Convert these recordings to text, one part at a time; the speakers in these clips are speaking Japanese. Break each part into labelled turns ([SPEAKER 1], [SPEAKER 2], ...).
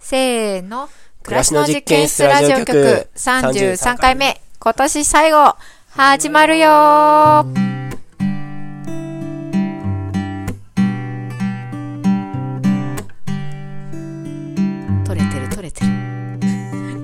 [SPEAKER 1] せーの。暮ら
[SPEAKER 2] 暮ら
[SPEAKER 1] し
[SPEAKER 2] し
[SPEAKER 1] の
[SPEAKER 2] の
[SPEAKER 1] 実
[SPEAKER 2] 実
[SPEAKER 1] 験
[SPEAKER 2] 験
[SPEAKER 1] 室
[SPEAKER 2] 室
[SPEAKER 1] ラ
[SPEAKER 2] ラ
[SPEAKER 1] ジ
[SPEAKER 2] ジ
[SPEAKER 1] オ
[SPEAKER 2] オ
[SPEAKER 1] 局
[SPEAKER 2] 局
[SPEAKER 1] 33
[SPEAKER 2] 33
[SPEAKER 1] 回
[SPEAKER 2] 回
[SPEAKER 1] 目、今年最後、始まるよー取れてる取れてる。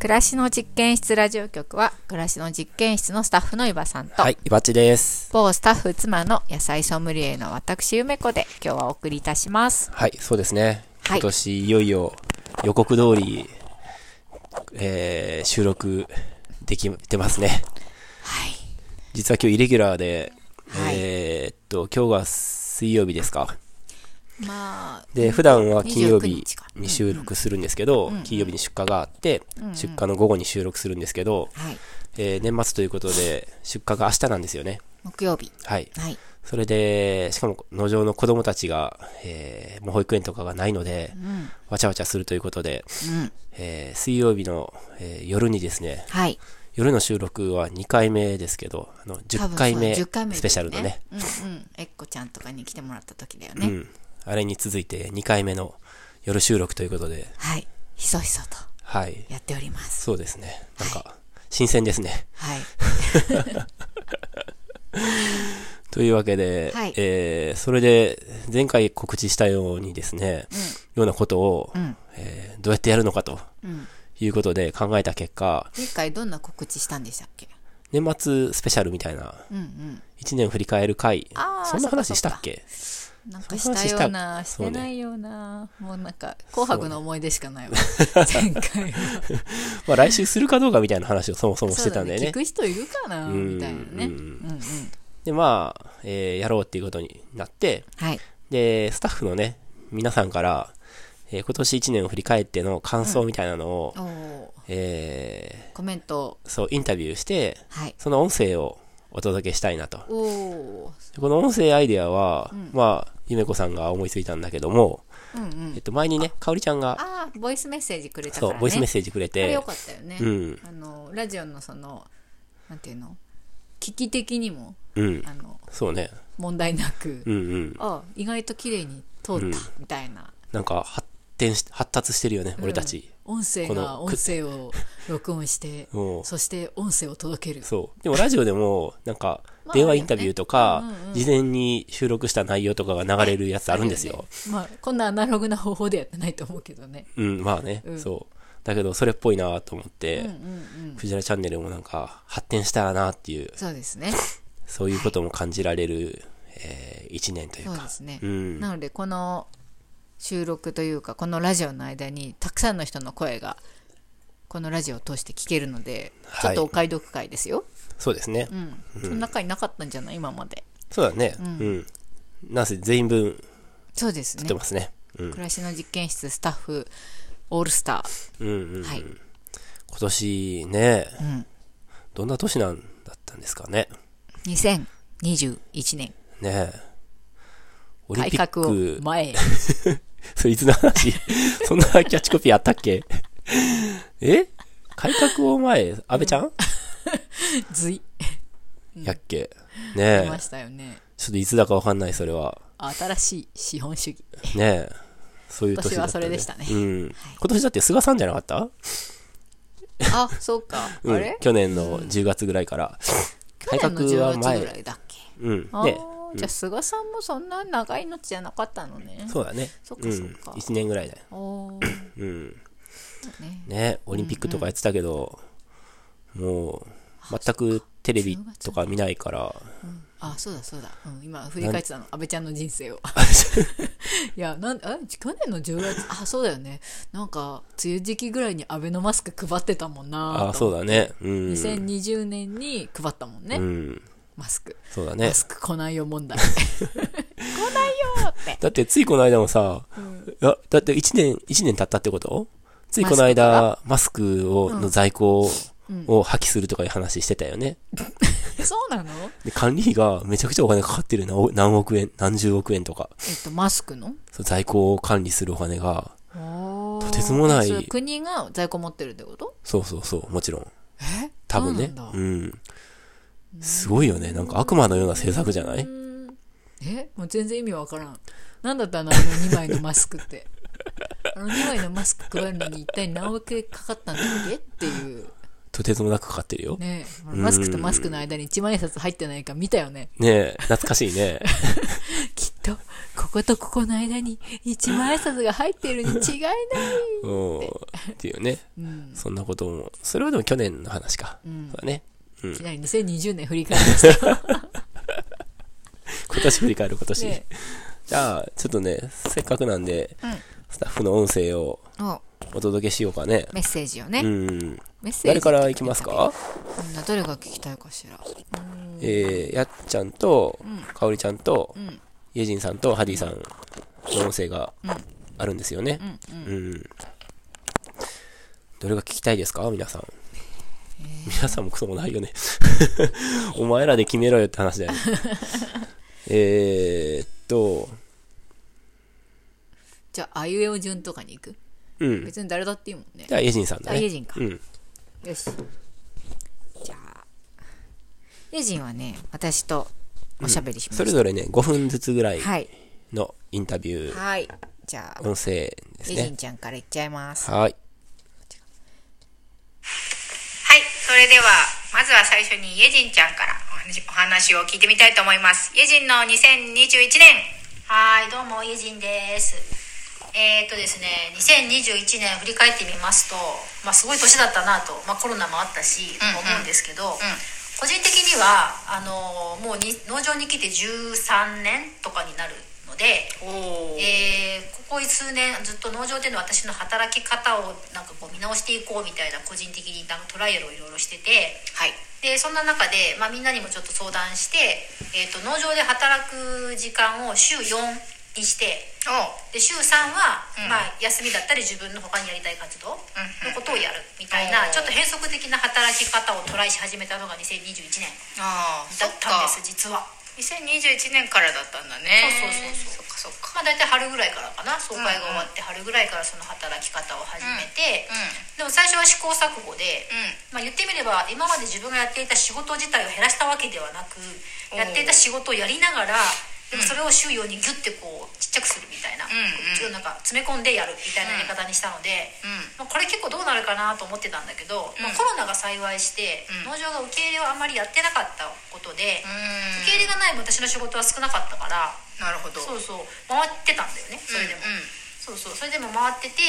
[SPEAKER 1] 暮らしの実験室ラジオ局は、暮らしの実験室のスタッフの伊庭さんと、
[SPEAKER 2] はい、いばちです。
[SPEAKER 1] 某スタッフ妻の野菜ソムリエの私梅子で今日はお送りいたします。
[SPEAKER 2] はい、そうですね。
[SPEAKER 1] はい
[SPEAKER 2] 今年いよいよ予告通り、えー、収録できてますね。
[SPEAKER 1] はい。
[SPEAKER 2] 実は今日イレギュラーで、
[SPEAKER 1] はい
[SPEAKER 2] えーっと、今日が水曜日ですか。
[SPEAKER 1] まあ、
[SPEAKER 2] で、普段は金曜
[SPEAKER 1] 29
[SPEAKER 2] 日
[SPEAKER 1] 日か
[SPEAKER 2] に収録するんですけど、金曜日に出荷があって、出荷の午後に収録するんですけど、
[SPEAKER 1] はい。
[SPEAKER 2] えー年末ということで、出荷が明日なんですよね。
[SPEAKER 1] 木曜日。
[SPEAKER 2] はい。
[SPEAKER 1] はい。
[SPEAKER 2] それで、しかも農場の子供たちが、えー、もう保育園とかがないので、
[SPEAKER 1] うん。
[SPEAKER 2] わちゃわちゃするということで、
[SPEAKER 1] うん。
[SPEAKER 2] えー水曜日の、えー夜にですね、
[SPEAKER 1] はい。
[SPEAKER 2] 夜の収録は2回目ですけど、あの10回目
[SPEAKER 1] 多分そう10回目、
[SPEAKER 2] スペシャルのね、。
[SPEAKER 1] うんうん。えっこちゃんとかに来てもらった時だよ
[SPEAKER 2] う
[SPEAKER 1] ね。
[SPEAKER 2] ん、あれに続いて2回目の夜収録ということで、
[SPEAKER 1] はい。ひそひそと
[SPEAKER 2] はい、
[SPEAKER 1] やっております。
[SPEAKER 2] そうですね、なんか、新鮮ですね。
[SPEAKER 1] はい。
[SPEAKER 2] というわけで、
[SPEAKER 1] はい
[SPEAKER 2] えーそれで、前回告知したようにですね、ようなことを、
[SPEAKER 1] うん。
[SPEAKER 2] えーどうやってやるのかと
[SPEAKER 1] うん。
[SPEAKER 2] いうことで考えた結果、
[SPEAKER 1] 前回どんな告知したんでしたっけ
[SPEAKER 2] 年末スペシャルみたいな、
[SPEAKER 1] うんうん。
[SPEAKER 2] 1年振り返る回
[SPEAKER 1] あ、ー
[SPEAKER 2] そんな話し
[SPEAKER 1] そっかそっか
[SPEAKER 2] たっけ
[SPEAKER 1] なんかしたような、し
[SPEAKER 2] そ
[SPEAKER 1] て
[SPEAKER 2] の話した
[SPEAKER 1] ないような、もうなんか、紅白の思い出しかないわ。前回は。
[SPEAKER 2] まあ来週するかどうかみたいな話をそもそも してたんだよ
[SPEAKER 1] そうだ
[SPEAKER 2] ね
[SPEAKER 1] 聞。く人いるかな
[SPEAKER 2] うん
[SPEAKER 1] みたいなね。う
[SPEAKER 2] うんん
[SPEAKER 1] うん。
[SPEAKER 2] で、まあ、えーやろうっていうことになって、
[SPEAKER 1] はい。
[SPEAKER 2] で、スタッフのね、皆さんから、えー今年1年を振り返っての感想みたいなのを、
[SPEAKER 1] おー
[SPEAKER 2] え
[SPEAKER 1] コメント。
[SPEAKER 2] ーそう、インタビューして、
[SPEAKER 1] はい。
[SPEAKER 2] その音声をお届けしたいなと。
[SPEAKER 1] おおー。
[SPEAKER 2] でこの音声アイデアは、まあ、ゆめこさんが思いついたんだけども、
[SPEAKER 1] うんうん
[SPEAKER 2] えっ。と、前にね、かおりちゃんが、
[SPEAKER 1] ああ、ボイスメッセージくれたから
[SPEAKER 2] そ
[SPEAKER 1] ね。
[SPEAKER 2] う、ボイスメッ
[SPEAKER 1] ージ
[SPEAKER 2] セージくれ
[SPEAKER 1] あれ
[SPEAKER 2] て
[SPEAKER 1] よ、かったよね。
[SPEAKER 2] うん
[SPEAKER 1] あの、ラジオのその、なんていうの危機的にも、
[SPEAKER 2] うん、
[SPEAKER 1] あの、
[SPEAKER 2] そうね、
[SPEAKER 1] 問題なく、
[SPEAKER 2] うんうん。
[SPEAKER 1] ああ、意外と綺麗に通った、
[SPEAKER 2] うん
[SPEAKER 1] みたいな。
[SPEAKER 2] なんか、発展し、発達してるよね、俺たち。
[SPEAKER 1] 音声
[SPEAKER 2] こ
[SPEAKER 1] が
[SPEAKER 2] の
[SPEAKER 1] 音声を録音して
[SPEAKER 2] お、う
[SPEAKER 1] そして音声を届ける。
[SPEAKER 2] そう。でもラジオでも、なんか
[SPEAKER 1] まあ、
[SPEAKER 2] 電話インタビューとか
[SPEAKER 1] あるよねうんうん、
[SPEAKER 2] 事前に収録した内容とかが流れるやつあるんですよ。
[SPEAKER 1] まあ、こんなアナログな方法でやってないと思うけどね。
[SPEAKER 2] うん、まあね
[SPEAKER 1] う、ん
[SPEAKER 2] そう。だけど、それっぽいなと思っ
[SPEAKER 1] うんう
[SPEAKER 2] て
[SPEAKER 1] んう、ん。
[SPEAKER 2] クジラチャンネルもなんか、発展したなっていう、
[SPEAKER 1] そうですね。
[SPEAKER 2] そういうことも感じられる、えー一年という
[SPEAKER 1] そうで
[SPEAKER 2] か。
[SPEAKER 1] すね。
[SPEAKER 2] うん
[SPEAKER 1] な。ので、この収録というか、このラジオの間に、たくさんの人の声が、このラジオを通して聞けるので、ちょ
[SPEAKER 2] は
[SPEAKER 1] っ
[SPEAKER 2] い
[SPEAKER 1] とお買い得会ですよ。
[SPEAKER 2] そうですね。
[SPEAKER 1] うん。その中になかったんじゃない今まで。
[SPEAKER 2] そうだね。うん。なんせ全員分
[SPEAKER 1] そうですね
[SPEAKER 2] 撮って。ますね。うん。
[SPEAKER 1] 暮らしの実験室スタッフ、オールスタ
[SPEAKER 2] うんうん
[SPEAKER 1] ー。。はい。
[SPEAKER 2] 今年ね、
[SPEAKER 1] ん
[SPEAKER 2] どんな年なんだったんですかね。
[SPEAKER 1] 2021年、
[SPEAKER 2] ねえ。オリン
[SPEAKER 1] 改
[SPEAKER 2] ピッ
[SPEAKER 1] 革を
[SPEAKER 2] ク、
[SPEAKER 1] 前へ。
[SPEAKER 2] それいつの 話そんなキャッチコピーあったっけえ改革を前、安倍ちゃん、
[SPEAKER 1] ずい。
[SPEAKER 2] やっけ
[SPEAKER 1] 出
[SPEAKER 2] ねえ
[SPEAKER 1] ま。したよね。
[SPEAKER 2] ちょっといつだかわかんない、それは。
[SPEAKER 1] 新しい資本主義。
[SPEAKER 2] ねえ。そういう年だ
[SPEAKER 1] 今
[SPEAKER 2] った、ね。
[SPEAKER 1] 年はそれでしたね
[SPEAKER 2] うん。今年だって菅さんじゃなかった
[SPEAKER 1] あ、そうか。
[SPEAKER 2] うん
[SPEAKER 1] あれ
[SPEAKER 2] 去年の10月ぐらいから。
[SPEAKER 1] 去年の10月ぐらいだっけ
[SPEAKER 2] うん。
[SPEAKER 1] あ
[SPEAKER 2] ね
[SPEAKER 1] ーじゃあ菅さんもそんな長い命じゃなかったのね
[SPEAKER 2] そうだね。
[SPEAKER 1] そっかそっか
[SPEAKER 2] うん。1年ぐらいだよ。
[SPEAKER 1] おー
[SPEAKER 2] うん。
[SPEAKER 1] ね
[SPEAKER 2] ねオリンピックとかやってたけど、もう、全くテレビとか見ないから、
[SPEAKER 1] あそうだそうだ、うん、今振り返ってたの安倍ちゃんの人 生をいやなんあ去年の10月あそうだよねなんか梅雨時期ぐらいに安倍のマスク配ってたもん
[SPEAKER 2] あ
[SPEAKER 1] な
[SPEAKER 2] あ、そうだね。うん。
[SPEAKER 1] 2020年に配ったもんね、
[SPEAKER 2] うん。
[SPEAKER 1] マスク
[SPEAKER 2] そうだ
[SPEAKER 1] マ
[SPEAKER 2] ね。
[SPEAKER 1] スク来ないよ問題 来ないよって
[SPEAKER 2] だってついこの間もさ、いやだって1年、一年経ったってことついこの間、マスクを、の在庫を、を破棄するとかいう話してたよね。
[SPEAKER 1] そうなの
[SPEAKER 2] で、管理費がめちゃくちゃお金かかってるな。お何億円、何十億円とか。
[SPEAKER 1] えっとマスクの
[SPEAKER 2] そう在庫を管理するお金が、
[SPEAKER 1] と
[SPEAKER 2] とてつもない
[SPEAKER 1] 国が在庫持ってるってこと
[SPEAKER 2] そうそうそう、もちろん。
[SPEAKER 1] え
[SPEAKER 2] 多分ね
[SPEAKER 1] そうなん。だ
[SPEAKER 2] うん。すごいよね。なんか悪魔のような制作じゃない
[SPEAKER 1] えもう全然意味わからんなんだったのあの2枚のマスクって あの2枚のマスク配るのに一体何億円かかったんだっけっていう
[SPEAKER 2] とてつもなくかかってるよ。ね
[SPEAKER 1] ねえマスクとマスクの間に一万円札入ってないか見たよね
[SPEAKER 2] え、懐かしいね。
[SPEAKER 1] きっとこことここの間に一万円札が入ってるに違いない、
[SPEAKER 2] うん。っていうね。
[SPEAKER 1] うん、
[SPEAKER 2] そんなことも。それはでも去年の話か。
[SPEAKER 1] うん
[SPEAKER 2] そうだね。
[SPEAKER 1] いきなり2020年振り返りました
[SPEAKER 2] 今年振り返る今 年。
[SPEAKER 1] ね
[SPEAKER 2] じゃあ、ちょっとね、せっかくなんで、
[SPEAKER 1] うん
[SPEAKER 2] スタッフの音声を
[SPEAKER 1] お
[SPEAKER 2] お届けしようかね。
[SPEAKER 1] メッセージをね、
[SPEAKER 2] うん。
[SPEAKER 1] メッセージ
[SPEAKER 2] 誰からいきますか
[SPEAKER 1] みんなどれが聞きたいかしら
[SPEAKER 2] えー、やっちゃんと、かおりちゃんと、
[SPEAKER 1] ん
[SPEAKER 2] イエジンさんとハディさんの音声があるんですよね。うん。どれが聞きたいですか皆さん。皆さんもクソもないよね。 お前らで決めろよって話だ よね。えーっと、
[SPEAKER 1] じゃああいうえお順とかに行く
[SPEAKER 2] うん。
[SPEAKER 1] 別に誰だっていいもんね
[SPEAKER 2] じゃあ、イエジンさんだね。
[SPEAKER 1] あイエジンか
[SPEAKER 2] うん。
[SPEAKER 1] よしじゃあレジンはね私とおしゃべりしまし
[SPEAKER 2] そ
[SPEAKER 1] た、
[SPEAKER 2] れぞれね、5分ずつぐらい
[SPEAKER 1] はい
[SPEAKER 2] のインタビュー、
[SPEAKER 1] はいじゃあ
[SPEAKER 2] 音声です
[SPEAKER 1] レジ
[SPEAKER 2] ね
[SPEAKER 1] ン。ちゃんからいっちゃいます
[SPEAKER 2] はい。
[SPEAKER 3] はい、それではまずは最初にイエジンちゃんからお話お話を聞いてみたいと思います。イエジンの2021年。
[SPEAKER 4] はい、どうも、ゆじんです。えー、っとですね、2021年振り返ってみますと、まあ、すごい年だったなと、まあ、コロナもあったし、
[SPEAKER 3] んうん
[SPEAKER 4] 思うんですけど、個人的にはあのもうに農場に来て13年とかになるので、
[SPEAKER 3] おえ
[SPEAKER 4] えーここ数年ずっと農場での私の働き方をなんかこう見直していこうみたいな個人的になんかトライアルをいろいろしてて
[SPEAKER 3] はい。
[SPEAKER 4] でそんな中で、まあ、みんなにもちょっと相談して、えー、と農場で働く時間を週4にして
[SPEAKER 3] お
[SPEAKER 4] で週3は、
[SPEAKER 3] うん
[SPEAKER 4] まあ、休みだったり自分の他にやりたい活
[SPEAKER 3] うん
[SPEAKER 4] 動
[SPEAKER 3] うん
[SPEAKER 4] のことをやるみたい
[SPEAKER 3] おー
[SPEAKER 4] な、ちょっと変則的な働き方をトライし始めたのが2021年
[SPEAKER 3] ああ、そっ
[SPEAKER 4] だっ
[SPEAKER 3] か
[SPEAKER 4] たん。です実は。
[SPEAKER 3] 2021年からだったんだね。
[SPEAKER 4] そう
[SPEAKER 3] そう。そ
[SPEAKER 4] そうそう
[SPEAKER 3] っかそっか。
[SPEAKER 4] まあ、大体春ぐらいからかな総会が終わって春ぐらいからその働き方を始めて、でも最初は試行錯誤で、まあ、言ってみれば今まで自分がやっていた仕事自体を減らしたわけではなく
[SPEAKER 3] おー
[SPEAKER 4] やっていた仕事をやりながらでもそれを週4にギュッてこうちっちゃくするみたいな、
[SPEAKER 3] んうん
[SPEAKER 4] ちょっとなんか詰め込んでやるみたいなやり方にしたので、まあ、これ結構どうなるかなと思ってたんだけど、まあ、コロナが幸いして
[SPEAKER 3] うん
[SPEAKER 4] 農場が受け入れをあんまりやってなかったことで、
[SPEAKER 3] うん。うん。
[SPEAKER 4] 受け入れがない私の仕事は少なかったから。
[SPEAKER 3] なるほど。
[SPEAKER 4] そうそう回ってたんだよねそれでも、
[SPEAKER 3] うんうん
[SPEAKER 4] そうそうそれでも回ってて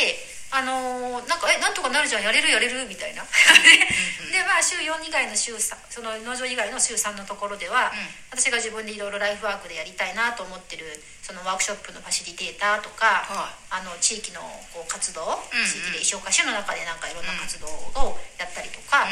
[SPEAKER 4] あのーなんか「えなんとかなるじゃんやれるやれる」みたいな でまあ週4以外の週3その農場以外の週3のところでは、私が自分でいろいろライフワークでやりたいなと思ってるそのワークショップのファシリテーターとか、
[SPEAKER 3] は
[SPEAKER 4] あの地域のこう活動、
[SPEAKER 3] んうん
[SPEAKER 4] 地域で消化市の中でなんかいろんな活動をやったりとか、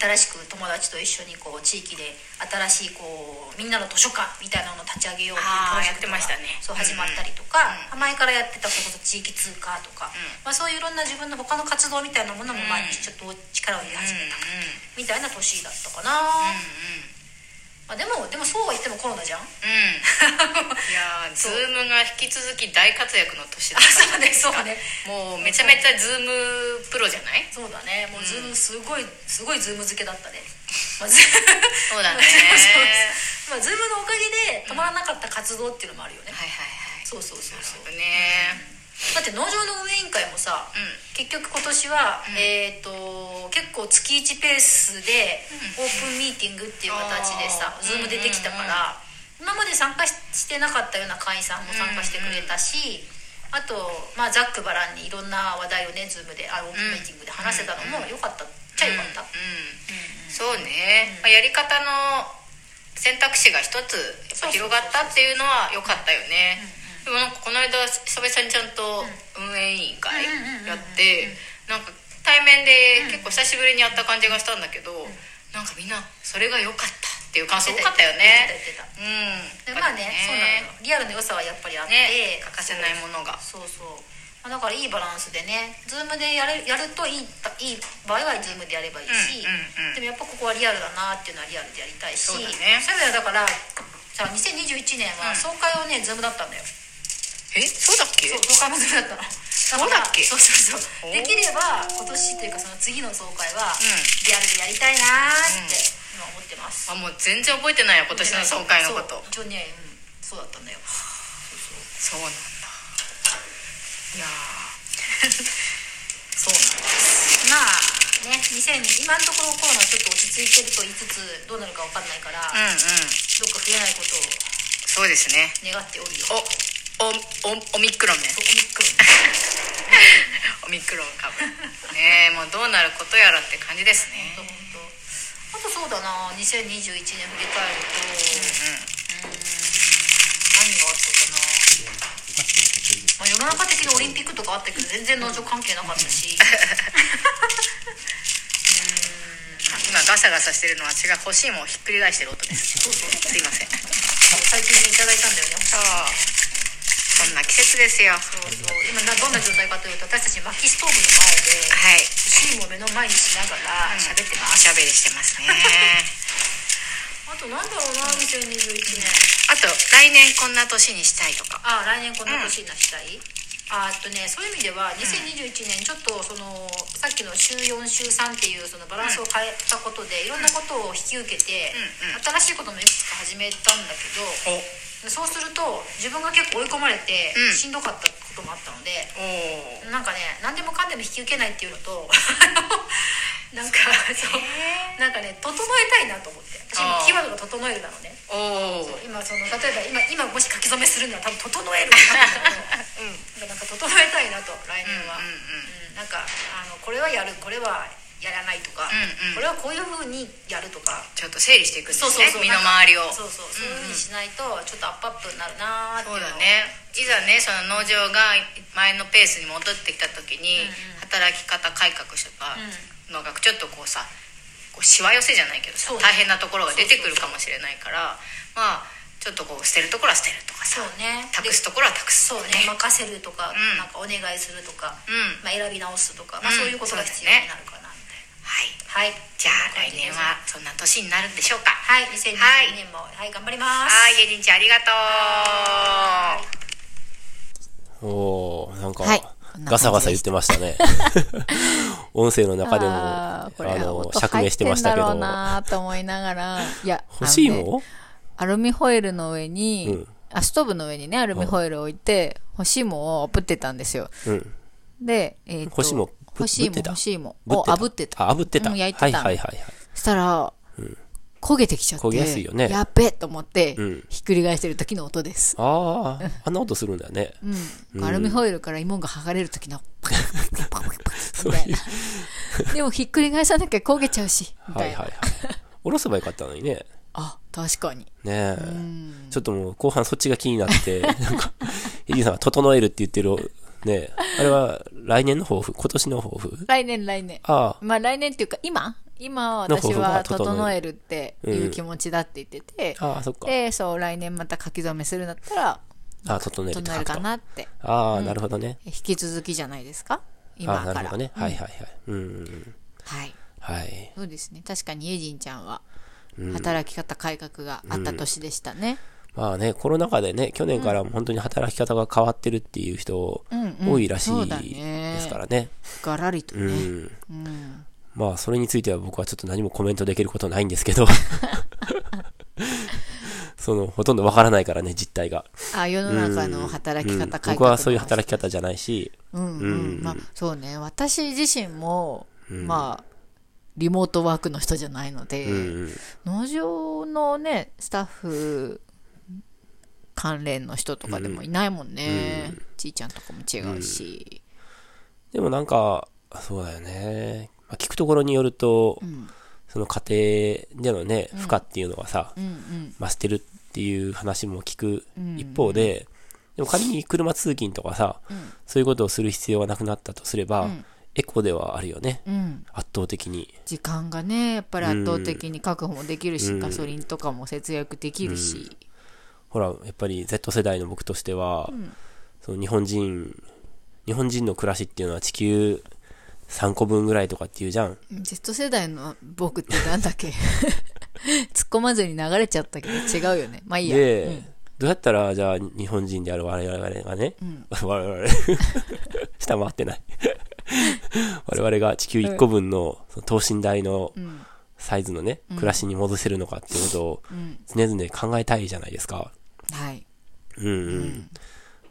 [SPEAKER 4] 新しく友達と一緒にこう地域で新しいこうみんなの図書館みたいなのを立ち上げようっていう
[SPEAKER 3] あー
[SPEAKER 4] プロジェクトが
[SPEAKER 3] やってましたね
[SPEAKER 4] そう
[SPEAKER 3] うんうん
[SPEAKER 4] 始まったりとか、前からやってたそれこそ地域通貨とか、まあ、そういういろんな自分の他の活動みたいなものも毎日ちょっと力を入れ始めたみたいな年だったかな、まあ、でもでもそうは言ってもコロナ じゃん
[SPEAKER 3] うん。うん。いやー、ズ
[SPEAKER 4] そう
[SPEAKER 3] ームが引き続き大活躍の年だ
[SPEAKER 4] あ
[SPEAKER 3] った
[SPEAKER 4] そうねそうね
[SPEAKER 3] もうめちゃめちゃズームプロじゃない
[SPEAKER 4] そうだねもうズームすごい、すごいズーム漬け だったね、まあ、ズー
[SPEAKER 3] そうだね
[SPEAKER 4] そうそうまあズームのおかげで止まらなかった活動っていうのもあるよね、
[SPEAKER 3] はいはいはい。
[SPEAKER 4] そうそうそうそう
[SPEAKER 3] そうね。
[SPEAKER 4] だって農場の運営委員会もさ、
[SPEAKER 3] うん
[SPEAKER 4] 結局今年は、えっ、と結構月1ペースでオープンミーティングっていう形でさ、
[SPEAKER 3] あー
[SPEAKER 4] ズーム出てきたから、今まで参加ししてなかったような会員さんも参加してくれたし、あと、まあ、ざっくばらんにいろんな話題をねズームであオープンミーティングで話せたのも良かったっちゃ良かった、
[SPEAKER 3] うんそうね、まあ、やり方の選択肢が一つやっぱ広がったっていうのは良かったよねでもなんかこの間久々にちゃんと運営委員会やってなんか対面で結構久しぶりにやった感じがしたんだけどなんかみんなそれが良かったっていう感想多かったよ
[SPEAKER 4] 言って
[SPEAKER 3] ね
[SPEAKER 4] た言ってた
[SPEAKER 3] うん
[SPEAKER 4] でまあねそうなのよリアルの良さはやっぱりあって、
[SPEAKER 3] ね欠かせないものが
[SPEAKER 4] そうそうまあだからいいバランスでねズームでやるやるといいいい場合はズームでやればいいし、
[SPEAKER 3] うんうんうん
[SPEAKER 4] でもやっぱここはリアルだなっていうのはリアルでやりたいし
[SPEAKER 3] そうだね
[SPEAKER 4] そういう意味ではだからさあ2021年は
[SPEAKER 3] うん
[SPEAKER 4] 総会をね、ズームだったんだよ
[SPEAKER 3] えそうだっけ
[SPEAKER 4] そう総会もズームだったのそう
[SPEAKER 3] だっけ
[SPEAKER 4] そうそうそ
[SPEAKER 3] お
[SPEAKER 4] う
[SPEAKER 3] ー
[SPEAKER 4] できれば今年というかその次の総会は
[SPEAKER 3] ん
[SPEAKER 4] リアルでやりたいなーって今思ってます、
[SPEAKER 3] あもう全然覚えてないよ今年の総会のこと
[SPEAKER 4] そう一応ね、うんそうだったんだよ
[SPEAKER 3] そうなんだいやーそうなんだ
[SPEAKER 4] まあね2000今のところコロナちょっと落ち着いてると言いつつどうなるかわかんないから、
[SPEAKER 3] う
[SPEAKER 4] どっ
[SPEAKER 3] んうん
[SPEAKER 4] か増えないことを
[SPEAKER 3] そうですね
[SPEAKER 4] 願っておるよ
[SPEAKER 3] おおおオミクロンね
[SPEAKER 4] オミクロ
[SPEAKER 3] オ
[SPEAKER 4] ン
[SPEAKER 3] ミクロン株ねえもうどうなることやらって感じですね
[SPEAKER 4] 本当あとそうだな2021年振り返ると、うーん何があったかな、まあ、世の中的にオリンピックとかあったけど全然農場関係なかった し
[SPEAKER 3] 今ガサガサしてるのは違う欲しいもんをひっくり返してる音ですすいません
[SPEAKER 4] 最近いただいたんだよね
[SPEAKER 3] そうそんな季節ですよは
[SPEAKER 4] そうそう今などんな状態かというと私たち薪ストーブの前で
[SPEAKER 3] い
[SPEAKER 4] シーンを目の前にしながら喋ってま
[SPEAKER 3] お
[SPEAKER 4] す、
[SPEAKER 3] しゃべりしてます ね
[SPEAKER 4] あとなんだろうな2021年
[SPEAKER 3] あと来年こんな年にしたいとか
[SPEAKER 4] あ来年こんな年になしたい、あえっとね、そういう意味では2021年ちょっとそのさっきの週4週3っていうそのバランスを変えたことでいろんなことを引き受けて
[SPEAKER 3] うんうん
[SPEAKER 4] 新しいこともいくつか始めたんだけど
[SPEAKER 3] おお
[SPEAKER 4] そうすると自分が結構追い込まれて
[SPEAKER 3] うん
[SPEAKER 4] しんどかったこともあったので
[SPEAKER 3] ー
[SPEAKER 4] なんかね何でもかんでも引き受けないっていうの となんかそう なんかね整えたいなと思って私
[SPEAKER 3] あ
[SPEAKER 4] も
[SPEAKER 3] ー
[SPEAKER 4] キーワードが「整える」なのね
[SPEAKER 3] おー
[SPEAKER 4] 今その例えば今今もし書き初めするなら多分整えるななんか整えたいなと来年は、
[SPEAKER 3] うん
[SPEAKER 4] うんなんかあのこれはやるこれはやらないとか、
[SPEAKER 3] うんうん
[SPEAKER 4] これはこういうふうにやるとか、
[SPEAKER 3] ちょっと整理していくんです
[SPEAKER 4] そう
[SPEAKER 3] ね
[SPEAKER 4] そうそう
[SPEAKER 3] 身の回りを
[SPEAKER 4] そうそうそういうふうにしないとちょっとアップアップになるなーって
[SPEAKER 3] そう
[SPEAKER 4] いうの
[SPEAKER 3] だねいざねその農場が前のペースに戻ってきた時に、働き方改革とかのがちょっとこうさこうしわ寄せじゃないけどさ、
[SPEAKER 4] そうね
[SPEAKER 3] 大変なところが出てくるかもしれないからまあちょっとこう捨てるところは捨てるとかさ
[SPEAKER 4] そうね
[SPEAKER 3] 託すところは託す
[SPEAKER 4] そう
[SPEAKER 3] とか
[SPEAKER 4] ね任せるとか、
[SPEAKER 3] ん
[SPEAKER 4] なんかお願いするとか、
[SPEAKER 3] うん
[SPEAKER 4] まあ、選び直すとか、まあ、
[SPEAKER 3] うん
[SPEAKER 4] そういうことが必
[SPEAKER 3] そう
[SPEAKER 4] 要
[SPEAKER 3] だね
[SPEAKER 4] になるかなみたい
[SPEAKER 3] はい
[SPEAKER 4] な、はい
[SPEAKER 3] じゃあ来年はそんな年になるんでしょうかは
[SPEAKER 4] はい2022年もはい、頑張ります
[SPEAKER 3] いエリンちゃんありがとう
[SPEAKER 2] おー、なんか、
[SPEAKER 1] はい
[SPEAKER 2] ガサガサ言ってましたね。音声の中でも、
[SPEAKER 1] あ
[SPEAKER 2] あ
[SPEAKER 1] ーこれ
[SPEAKER 2] の、
[SPEAKER 1] 音
[SPEAKER 2] 釈
[SPEAKER 1] 入
[SPEAKER 2] 明
[SPEAKER 1] っ
[SPEAKER 2] し
[SPEAKER 1] て
[SPEAKER 2] てま
[SPEAKER 1] ん
[SPEAKER 2] した
[SPEAKER 1] だ
[SPEAKER 2] け
[SPEAKER 1] ろ
[SPEAKER 2] ど
[SPEAKER 1] う。なーと思いなが ら、いや、
[SPEAKER 2] 欲しい
[SPEAKER 1] あのね
[SPEAKER 2] もん
[SPEAKER 1] アルミホイルの上に、
[SPEAKER 2] うん
[SPEAKER 1] あ、ストーブの上にね、アルミホイルを置いて、欲しいもを炙ってたんですよ。
[SPEAKER 2] うん。
[SPEAKER 1] で、えーと
[SPEAKER 2] 欲しいも、ぶ
[SPEAKER 1] 欲しい
[SPEAKER 2] ぶっ
[SPEAKER 1] も、
[SPEAKER 2] てた
[SPEAKER 1] 欲しいも
[SPEAKER 2] ぶ
[SPEAKER 1] を
[SPEAKER 2] って
[SPEAKER 1] 炙ってた。
[SPEAKER 2] あ、炙ってた。
[SPEAKER 1] うん焼いてた
[SPEAKER 2] はい
[SPEAKER 1] の
[SPEAKER 2] はいはいはい。
[SPEAKER 1] したら、焦げてきちゃって。
[SPEAKER 2] 焦げやすいよね
[SPEAKER 1] やっべえと思って、
[SPEAKER 2] うん
[SPEAKER 1] ひっくり返してる時の音です。
[SPEAKER 2] ああ、あんな音するんだね。
[SPEAKER 1] アルミホイルから芋が剥がれる時の、パキパキパキパキ
[SPEAKER 2] そ
[SPEAKER 1] み
[SPEAKER 2] う
[SPEAKER 1] たい
[SPEAKER 2] いう
[SPEAKER 1] な。。でもひっくり返さなきゃ焦げちゃうし、み
[SPEAKER 2] は
[SPEAKER 1] たい
[SPEAKER 2] い
[SPEAKER 1] な。
[SPEAKER 2] はいはい。おろせばよかったのにね。
[SPEAKER 1] あ、確かに。
[SPEAKER 2] ねえ。ちょっともう後半そっちが気に なって、なんか、ヒデさんが整えるって言ってる、ねえ。あれは来年の抱負今年の抱負
[SPEAKER 1] 来年来年。
[SPEAKER 2] ああ、
[SPEAKER 1] まあ来年っていうか今今
[SPEAKER 2] の方
[SPEAKER 1] 私
[SPEAKER 2] 法が
[SPEAKER 1] は
[SPEAKER 2] 整
[SPEAKER 1] 整
[SPEAKER 2] え
[SPEAKER 1] えるっていう気持ちだって言ってて、
[SPEAKER 2] ああ、そっか。
[SPEAKER 1] でそう来年また書き初めするんだったら
[SPEAKER 2] ああ、整えるって
[SPEAKER 1] 整え
[SPEAKER 2] 書
[SPEAKER 1] る
[SPEAKER 2] く
[SPEAKER 1] か
[SPEAKER 2] と。
[SPEAKER 1] なって
[SPEAKER 2] ああ、なるほどね。
[SPEAKER 1] 引き続きじゃないですか今
[SPEAKER 2] ああ、
[SPEAKER 1] か
[SPEAKER 2] な
[SPEAKER 1] ら
[SPEAKER 2] るほどね。はいはいはい。うんうんうん。
[SPEAKER 1] はい
[SPEAKER 2] はい。
[SPEAKER 1] そうですね確かにエジンちゃんは働き方改革があった年でしたね、
[SPEAKER 2] まあね、コロナ禍でね、去年から本当に働き方が変わってるっていう人、多いらし
[SPEAKER 1] そう
[SPEAKER 2] い
[SPEAKER 1] だね
[SPEAKER 2] ですからね。
[SPEAKER 1] がらりと
[SPEAKER 2] う
[SPEAKER 1] ね、
[SPEAKER 2] ん。まあ、それについては僕はちょっと何もコメントできることないんですけ ど。その、ほとんどわからないからね、実態が。
[SPEAKER 1] あ世の中の働き
[SPEAKER 2] うん
[SPEAKER 1] 方改革、
[SPEAKER 2] 僕はそういう働き方じゃないし、
[SPEAKER 1] うんうん、まあそうね私自身も、まあリモートワークの人じゃないので、
[SPEAKER 2] うん、
[SPEAKER 1] 農場のねスタッフ関連の人とかでもいないもんね、ちいちゃんとかも違うし、
[SPEAKER 2] でもなんか、そうだよね。まあ、聞くところによると、その家庭でのね、負荷っていうのがさ、
[SPEAKER 1] うん、うん
[SPEAKER 2] 増してるっていう話も聞く一方で、でも仮に車通勤とかさ、そういうことをする必要がなくなったとすれば、エコではあるよね。
[SPEAKER 1] うんうん
[SPEAKER 2] 圧倒的に。
[SPEAKER 1] 時間がねやっぱり圧倒的に確保もできるし、ガソリンとかも節約できるし、
[SPEAKER 2] ほら、やっぱり Z 世代の僕としては、その日本人、日本人の暮らしっていうのは地球3個分ぐらいとかっていうじゃん。
[SPEAKER 1] Z 世代の僕 ってなんだっけ突っ込まずに流れちゃったけど違うよねまあいいや、
[SPEAKER 2] で、
[SPEAKER 1] うん
[SPEAKER 2] どうやったら、じゃあ、日本人である我々がね、我々、 下 回ってない。我々が地球1個分のその等身大のサイズのね、暮らしに戻せるのかっていうことを常々考えたいじゃないですか。
[SPEAKER 1] はい。
[SPEAKER 2] うんうん。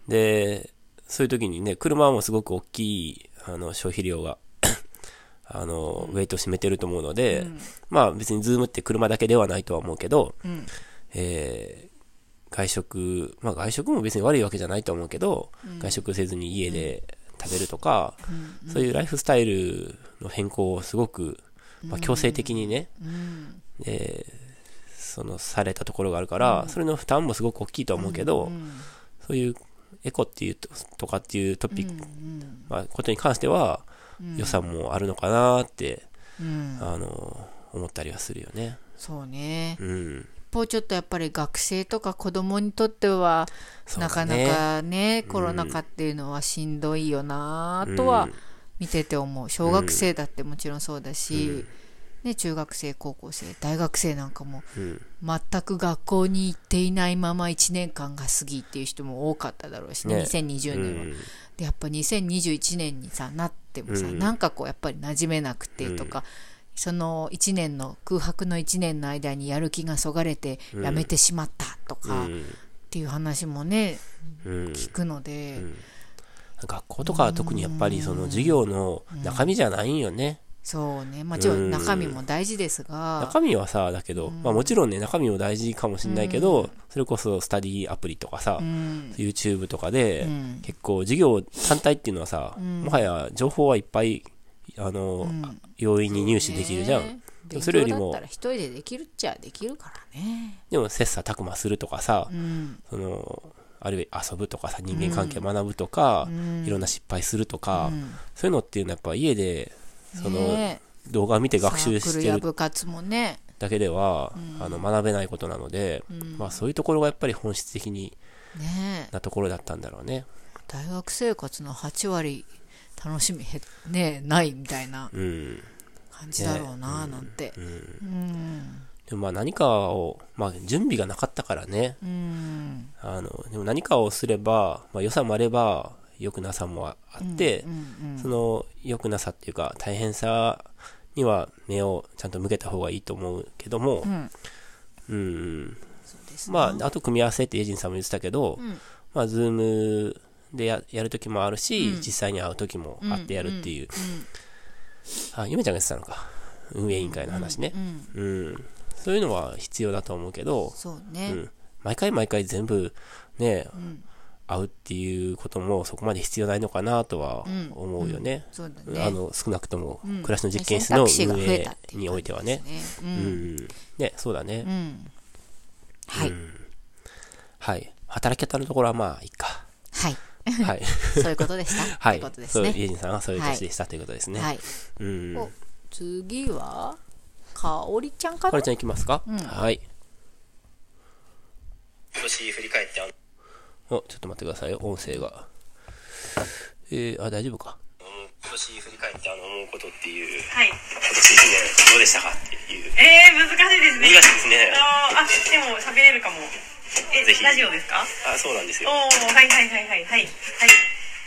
[SPEAKER 2] で、そういう時にね、車はもうすごく大きい、あの、消費量が、 あの、ウェイトを占めてると思うので、まあ別にズームって車だけではないとは思うけど、
[SPEAKER 1] ん
[SPEAKER 2] えー外食、まあ外食も別に悪いわけじゃないと思うけど、外食せずに家で食べるとか、そういうライフスタイルの変更をすごく、まあ強制的にね、えーそのされたところがあるから、それの負担もすごく大きいと思うけど、そういうエコっていうととかっていうトピック、まあ、ことに関しては、予算もあるのかなって、
[SPEAKER 1] うん。
[SPEAKER 2] あの、思ったりはするよね。
[SPEAKER 1] そうね。
[SPEAKER 2] うん。
[SPEAKER 1] 一方ちょっとやっぱり学生とか子供にとっては、
[SPEAKER 2] そう
[SPEAKER 1] な
[SPEAKER 2] だ
[SPEAKER 1] か
[SPEAKER 2] ね
[SPEAKER 1] なかね、コロナ禍っていうのはしんどいよなとは見てて思う。小学生だってもちろんそうだし、ね、中学生、高校生、大学生なんかも、
[SPEAKER 2] うん。
[SPEAKER 1] 全く学校に行っていないまま1年間が過ぎっていう人も多かっただろうしね、
[SPEAKER 2] ね
[SPEAKER 1] 2020年は。
[SPEAKER 2] うん
[SPEAKER 1] でやっぱ2021年にさなってもさ、
[SPEAKER 2] うん
[SPEAKER 1] なんかこうやっぱり馴染めなくてとか、その1年の空白の1年の間にやる気がそがれてやめてしまったとか、っ
[SPEAKER 2] ん
[SPEAKER 1] ていう話もね
[SPEAKER 2] うん。
[SPEAKER 1] 聞くので、
[SPEAKER 2] 学校とかは特にやっぱりその授業の中身じゃないんよね。
[SPEAKER 1] そうねまあちろん中身も大事ですが、
[SPEAKER 2] 中身はさ、だけど、まあもちろんね、中身も大事かもしれないけど、それこそスタディアプリとかさ、
[SPEAKER 1] うん、
[SPEAKER 2] YouTube とかで、
[SPEAKER 1] うん
[SPEAKER 2] 結構授業単体っていうのはさ、もはや情報はいっぱい、あの、容易に入手できるじゃん。
[SPEAKER 1] ね
[SPEAKER 2] で
[SPEAKER 1] 勉
[SPEAKER 2] もそれより
[SPEAKER 1] 強だっ
[SPEAKER 2] も
[SPEAKER 1] たら一人でできるっちゃできるからね。
[SPEAKER 2] でも切磋琢磨するとかさ、
[SPEAKER 1] うん
[SPEAKER 2] その、あるいは遊ぶとかさ、人間関係学ぶとか、いろんな失敗するとか、そういうのっていうのはやっぱ家で、その、
[SPEAKER 1] ね
[SPEAKER 2] 動画を見て学習
[SPEAKER 1] サーク
[SPEAKER 2] し
[SPEAKER 1] ル
[SPEAKER 2] て
[SPEAKER 1] や
[SPEAKER 2] る
[SPEAKER 1] 部活もね、
[SPEAKER 2] だけでは、あの学べないことなので、まあそういうところがやっぱり本質的に
[SPEAKER 1] ね
[SPEAKER 2] なところだったんだろうね。
[SPEAKER 1] 大学生活の8割楽しみへねないみたいな
[SPEAKER 2] うん。
[SPEAKER 1] 感じだろうななんて、
[SPEAKER 2] でもまあ何かを、まあ準備がなかったからね。あの、でも何かをすれば、まあ良さもあれば、良くなさもあって、その良くなさっていうか大変さには目をちゃんと向けた方がいいと思うけども、うん、うんまあ、あと組み合わせってエイジンさんも言ってたけど、まあ、ズームでややるときもあるし、実際に会うときも会ってやるっていう。あ、ゆめちゃんが言ってたのか。運営委員会の話ね。うん。そういうのは必要だと思うけど、
[SPEAKER 1] そう
[SPEAKER 2] う
[SPEAKER 1] ね、
[SPEAKER 2] ん。毎回毎回全部ね、会うっていうこともそこまで必要ないのかなとは思うよね。
[SPEAKER 1] そうだ
[SPEAKER 2] あ
[SPEAKER 1] ね
[SPEAKER 2] の少なくとも暮らしの実験室
[SPEAKER 1] 選
[SPEAKER 2] の
[SPEAKER 1] 択肢が増
[SPEAKER 2] 運
[SPEAKER 1] え
[SPEAKER 2] 営
[SPEAKER 1] たっていう感じですね
[SPEAKER 2] においてはね。
[SPEAKER 1] ねう
[SPEAKER 2] うんん。ね、そうだね。
[SPEAKER 1] うんはい、
[SPEAKER 2] はい。働き方のところはまあ、いいか。
[SPEAKER 1] はい
[SPEAKER 2] はい。
[SPEAKER 1] そういうことでした、
[SPEAKER 2] はい。
[SPEAKER 1] ということです
[SPEAKER 2] そう、
[SPEAKER 1] ね
[SPEAKER 2] 家人さんはそういう年でしたということですね。
[SPEAKER 1] はい
[SPEAKER 2] うん。
[SPEAKER 1] お次はかおりちゃんか
[SPEAKER 2] か
[SPEAKER 1] な
[SPEAKER 2] れちゃんいきますかはい。
[SPEAKER 5] 今年振り返ってあの
[SPEAKER 2] お、ちょっと待ってくださいよ。音声が。えー、あ、大丈夫か。
[SPEAKER 5] 今年振り返ってあの思うことっていう今
[SPEAKER 6] はい。
[SPEAKER 5] 年一年どうでしたかっていう
[SPEAKER 6] えー、難しいですね。
[SPEAKER 5] 難しいですね
[SPEAKER 6] あー、あでも喋れるかも。え
[SPEAKER 5] ぜひ、
[SPEAKER 6] ラジオですか
[SPEAKER 5] あそうなんです
[SPEAKER 6] お
[SPEAKER 5] よ
[SPEAKER 6] ー、はいはいはいはい。はい。はい。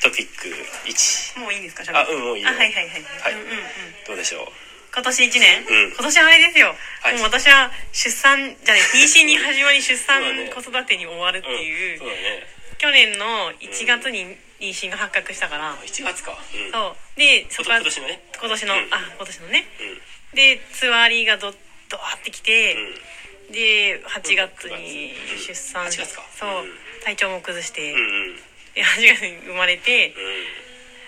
[SPEAKER 5] トピック1
[SPEAKER 6] もういいんですか、喋
[SPEAKER 5] あうんもういいよ
[SPEAKER 6] あ、はいはいはい。
[SPEAKER 5] はい
[SPEAKER 6] うんうんうん。
[SPEAKER 5] どうでしょう
[SPEAKER 6] 今年1年、
[SPEAKER 5] うん
[SPEAKER 6] 今年はあれですよ、
[SPEAKER 5] はい
[SPEAKER 6] もう私は出産じゃない妊娠に始まり出産
[SPEAKER 5] そう
[SPEAKER 6] 子
[SPEAKER 5] だね
[SPEAKER 6] 育てに終わるって
[SPEAKER 5] うん
[SPEAKER 6] いう,、
[SPEAKER 5] そうだね
[SPEAKER 6] 去年の1月に妊娠が発覚したから、
[SPEAKER 5] 1月かうん
[SPEAKER 6] そうでそこは
[SPEAKER 5] 今年のね
[SPEAKER 6] 今年の、
[SPEAKER 5] うん
[SPEAKER 6] あ今年のね、
[SPEAKER 5] うん
[SPEAKER 6] でツワリがどドワーってきて、
[SPEAKER 5] うん
[SPEAKER 6] で8月に出産、
[SPEAKER 5] うん8月か
[SPEAKER 6] そう、
[SPEAKER 5] うん
[SPEAKER 6] 体調も崩して、
[SPEAKER 5] うんうんうん
[SPEAKER 6] で8月に生まれて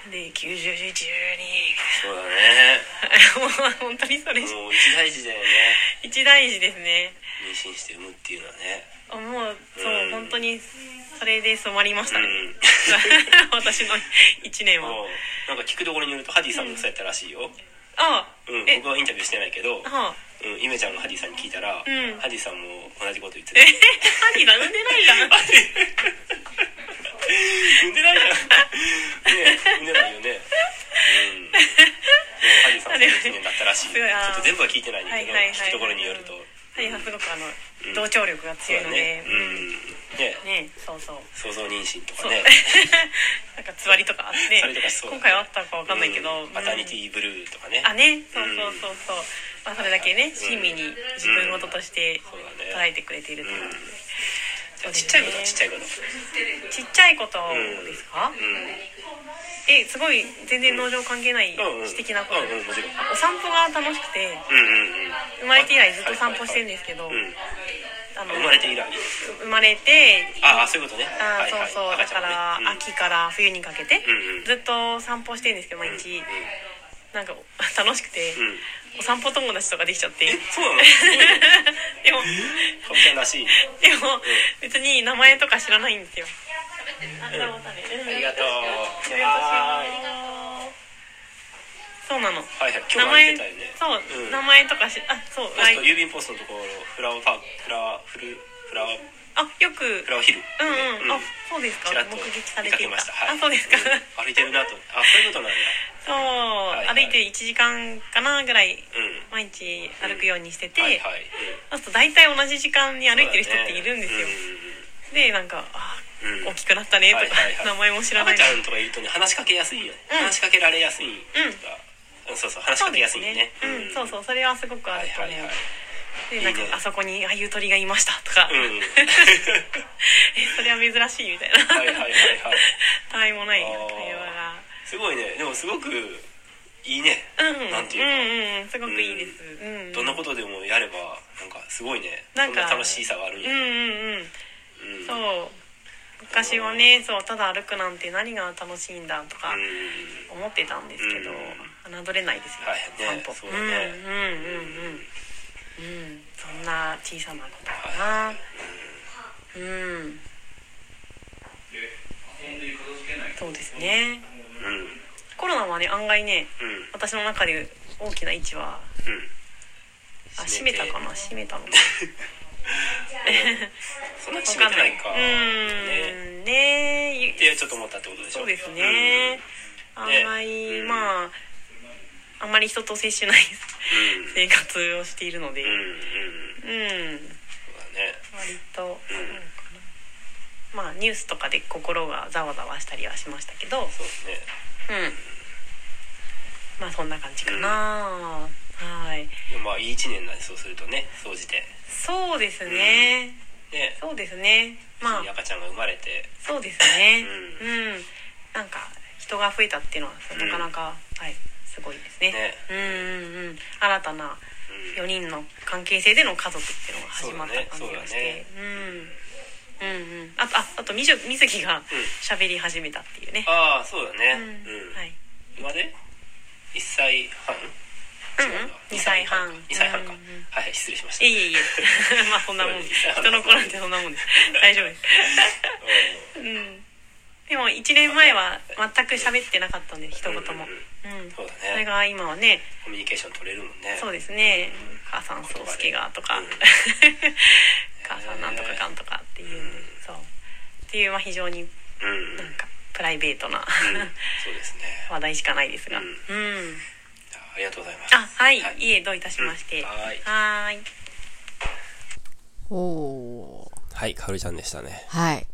[SPEAKER 6] で901112
[SPEAKER 5] そうだ
[SPEAKER 6] もう
[SPEAKER 5] ね
[SPEAKER 6] 本当にそれ
[SPEAKER 5] もう一大事だよね
[SPEAKER 6] 一大事ですね
[SPEAKER 5] 妊娠して産むっていうの
[SPEAKER 6] あも
[SPEAKER 5] はね
[SPEAKER 6] うそう、
[SPEAKER 5] うん
[SPEAKER 6] 本当にそれで染まりましたね、
[SPEAKER 5] うん
[SPEAKER 6] 私の1年は
[SPEAKER 5] もうなんか聞くところによるとハディさんもそうやったらしいよ、
[SPEAKER 6] あ
[SPEAKER 5] うん、
[SPEAKER 6] え
[SPEAKER 5] 僕はインタビューしてないけど、
[SPEAKER 6] はあ
[SPEAKER 5] うん、ゆめちゃんがハディさんに聞いた
[SPEAKER 6] ん
[SPEAKER 5] ら、ハディさんも同じこと言ってた
[SPEAKER 6] えハニーだ産んでないじゃん
[SPEAKER 5] 産んでない じゃん。ね産んでないよね。うん。でもハリーさんはその一年だったらしい。ちょ
[SPEAKER 6] あれ
[SPEAKER 5] っと全部は聞いてないんだけど、
[SPEAKER 6] はいはいはい
[SPEAKER 5] 聞くところによると。う
[SPEAKER 6] 何がすごくあの同調力が強いので、
[SPEAKER 5] うんね
[SPEAKER 6] ねそうそう
[SPEAKER 5] 想像妊娠と
[SPEAKER 6] そ
[SPEAKER 5] か
[SPEAKER 6] う
[SPEAKER 5] ね
[SPEAKER 6] なんかつわりとかあって
[SPEAKER 5] つわりとか そう
[SPEAKER 6] 今回はあったかわかんないけど、
[SPEAKER 5] うんマタニテ
[SPEAKER 6] ィ
[SPEAKER 5] ィブルーとかね
[SPEAKER 6] あねそうそうそうそう、まあ、それだけね親身に自分事として
[SPEAKER 5] だね
[SPEAKER 6] 捉えてくれているという
[SPEAKER 5] じゃあちっちゃいことはちっちゃいこと
[SPEAKER 6] ちっちゃいことですか、
[SPEAKER 5] う
[SPEAKER 6] えすごい全然農場関係ない
[SPEAKER 5] んうん
[SPEAKER 6] 私的なこと、
[SPEAKER 5] うんうんもちろん
[SPEAKER 6] お散歩が楽しくて
[SPEAKER 5] んうんうんうん
[SPEAKER 6] 生まれて以来ずっと散歩してるんですけど、
[SPEAKER 5] うん
[SPEAKER 6] あの
[SPEAKER 5] 生まれて以来
[SPEAKER 6] 生まれて
[SPEAKER 5] ああそういうことね
[SPEAKER 6] あ
[SPEAKER 5] はい
[SPEAKER 6] そう
[SPEAKER 5] はい
[SPEAKER 6] そう、
[SPEAKER 5] 赤
[SPEAKER 6] だ
[SPEAKER 5] ち
[SPEAKER 6] か
[SPEAKER 5] ゃん
[SPEAKER 6] ら、
[SPEAKER 5] もねうん
[SPEAKER 6] 秋から冬にかけて、
[SPEAKER 5] うんうん
[SPEAKER 6] ずっと散歩してるんですけど毎日、なんか 楽しくて、
[SPEAKER 5] うん
[SPEAKER 6] お散歩友達とかできちゃってで
[SPEAKER 5] そうなのすごいね
[SPEAKER 6] も
[SPEAKER 5] かみちゃんらしいね
[SPEAKER 6] でも別に名前とか知らないんですよ、あどうもだねうん
[SPEAKER 5] ありがとう
[SPEAKER 6] よい
[SPEAKER 5] は
[SPEAKER 6] そうなの
[SPEAKER 5] いはい
[SPEAKER 6] 名
[SPEAKER 5] 今日は
[SPEAKER 6] 前、
[SPEAKER 5] 見てたよね
[SPEAKER 6] そう、
[SPEAKER 5] ん
[SPEAKER 6] 名前とかしあそう
[SPEAKER 5] ポスト
[SPEAKER 6] あ
[SPEAKER 5] 郵便ポストのところフラワーパークフラワーフルフラワー
[SPEAKER 6] あよく
[SPEAKER 5] フラワーヒル
[SPEAKER 6] うんうん、あ
[SPEAKER 5] うん
[SPEAKER 6] そうですか
[SPEAKER 5] ちらっと
[SPEAKER 6] 目
[SPEAKER 5] 見
[SPEAKER 6] 撃され
[SPEAKER 5] か
[SPEAKER 6] てい
[SPEAKER 5] け
[SPEAKER 6] た
[SPEAKER 5] ましたは
[SPEAKER 6] あ
[SPEAKER 5] い
[SPEAKER 6] そうですか、
[SPEAKER 5] うん歩いてるなとあそういうことなん
[SPEAKER 6] そう、
[SPEAKER 5] だいは
[SPEAKER 6] 歩い
[SPEAKER 5] い
[SPEAKER 6] て1時間かなぐらい
[SPEAKER 5] うん
[SPEAKER 6] 毎日歩くようにしてて、
[SPEAKER 5] はいはい
[SPEAKER 6] あと大体同じ時間に
[SPEAKER 5] うん
[SPEAKER 6] 歩いてる人っているんですよ、でなんかあ
[SPEAKER 5] う
[SPEAKER 6] 大
[SPEAKER 5] ん
[SPEAKER 6] きくなったねとか、
[SPEAKER 5] はいはいは
[SPEAKER 6] 名前も
[SPEAKER 5] い
[SPEAKER 6] 知らな
[SPEAKER 5] 赤
[SPEAKER 6] い
[SPEAKER 5] ちゃんとかいるとね話しかけやすいよね
[SPEAKER 6] うん
[SPEAKER 5] 話しかけられやすいとかうんそうそう話し
[SPEAKER 6] そ
[SPEAKER 5] か
[SPEAKER 6] う
[SPEAKER 5] け
[SPEAKER 6] で
[SPEAKER 5] や
[SPEAKER 6] す
[SPEAKER 5] すい
[SPEAKER 6] ね
[SPEAKER 5] ね
[SPEAKER 6] うんそうそううそれはすごくあ
[SPEAKER 5] は
[SPEAKER 6] る
[SPEAKER 5] い
[SPEAKER 6] と
[SPEAKER 5] は
[SPEAKER 6] 思う、
[SPEAKER 5] いはい
[SPEAKER 6] でなんか
[SPEAKER 5] いいね
[SPEAKER 6] あそこにああいう鳥がいましたとか、
[SPEAKER 5] うん
[SPEAKER 6] えそれは珍しいみたいな
[SPEAKER 5] はいはいはいはい
[SPEAKER 6] たわいもない
[SPEAKER 5] あ
[SPEAKER 6] 会
[SPEAKER 5] ー
[SPEAKER 6] 話が
[SPEAKER 5] すごいねでもすごくいいね
[SPEAKER 6] うん
[SPEAKER 5] なんていうか
[SPEAKER 6] うんうんすごくいいです、うんうん、
[SPEAKER 5] どんなことでもやればなんかすごいね
[SPEAKER 6] な
[SPEAKER 5] そ
[SPEAKER 6] ん
[SPEAKER 5] ん
[SPEAKER 6] か
[SPEAKER 5] な楽しさがあるん
[SPEAKER 6] う
[SPEAKER 5] や
[SPEAKER 6] ん
[SPEAKER 5] ね
[SPEAKER 6] うんうん
[SPEAKER 5] うん
[SPEAKER 6] そう昔はねそうただ歩くなんて何が楽しいんだとか
[SPEAKER 5] うん
[SPEAKER 6] 思ってたんですけど、侮れないですよ、
[SPEAKER 5] はいね
[SPEAKER 6] 散歩
[SPEAKER 5] そうだね
[SPEAKER 6] うんうんうんうんうんそんな小さなことかなうんそうですね
[SPEAKER 5] うん
[SPEAKER 6] コロナはね案外ね
[SPEAKER 5] うん
[SPEAKER 6] 私の中で大きな位置は
[SPEAKER 5] うん
[SPEAKER 6] あ閉
[SPEAKER 5] 閉
[SPEAKER 6] め
[SPEAKER 5] めて
[SPEAKER 6] たかな閉めたのか
[SPEAKER 5] そんなに
[SPEAKER 6] わ
[SPEAKER 5] 閉めてないか
[SPEAKER 6] う
[SPEAKER 5] ね
[SPEAKER 6] んね
[SPEAKER 5] ってちょっと思ったってことでしょ
[SPEAKER 6] そうですね、あんまり、
[SPEAKER 5] うん
[SPEAKER 6] まああんまり人と接しない
[SPEAKER 5] うん
[SPEAKER 6] 生活をしているので
[SPEAKER 5] うんうん
[SPEAKER 6] うん
[SPEAKER 5] そうだね
[SPEAKER 6] 割と、まあニュースとかで心がざわざわしたりはしましたけどうん
[SPEAKER 5] そうですね
[SPEAKER 6] まあそんな感じかな、はい
[SPEAKER 5] でもまあいい一年なんでそうするとね総じて
[SPEAKER 6] そうですね、
[SPEAKER 5] ね
[SPEAKER 6] そうですねまあ
[SPEAKER 5] 赤ちゃんが生まれて
[SPEAKER 6] そうですねう、
[SPEAKER 5] うん
[SPEAKER 6] なんか人が増えたっていうのはなかなか、はいすごいですね
[SPEAKER 5] ね
[SPEAKER 6] うんうんうん新たな
[SPEAKER 5] うん
[SPEAKER 6] 4人の関係性での家族っていうのが始まった感じがし
[SPEAKER 5] そうだ
[SPEAKER 6] て
[SPEAKER 5] ね
[SPEAKER 6] う,、んうんうんあとああとみじゅみずきが喋り始めたっていうね、
[SPEAKER 5] ああそうだ
[SPEAKER 6] うん
[SPEAKER 5] ねうん
[SPEAKER 6] はい、
[SPEAKER 5] 今で1歳半
[SPEAKER 6] うんうん
[SPEAKER 5] 2
[SPEAKER 6] 2歳半
[SPEAKER 5] 2歳半か
[SPEAKER 6] うんうん
[SPEAKER 5] はいはい失礼しました
[SPEAKER 6] いえいえいえ まあそんなもん です人の子なんてそんなもんです大丈夫です
[SPEAKER 5] う
[SPEAKER 6] うんでも1年前は全く喋ってなかったんで一言もうん
[SPEAKER 5] んそうだ
[SPEAKER 6] それ
[SPEAKER 5] ね
[SPEAKER 6] が今はね
[SPEAKER 5] コミュニケーション取れるもんね
[SPEAKER 6] そうですね母さん宗介がとか、
[SPEAKER 5] うん
[SPEAKER 6] 母さんなんとかかんとかっていう、そうっていうまあ非常に
[SPEAKER 5] うん
[SPEAKER 6] なんかプライベートな
[SPEAKER 5] そうですね
[SPEAKER 6] 話題しかないですが、う
[SPEAKER 5] うんんあありがとうございます
[SPEAKER 6] あはい、
[SPEAKER 5] はい
[SPEAKER 6] い、いえどういたしまして、
[SPEAKER 5] うんはい
[SPEAKER 6] はーい
[SPEAKER 1] おー
[SPEAKER 2] はい、かおりちゃんでしたね。
[SPEAKER 1] はい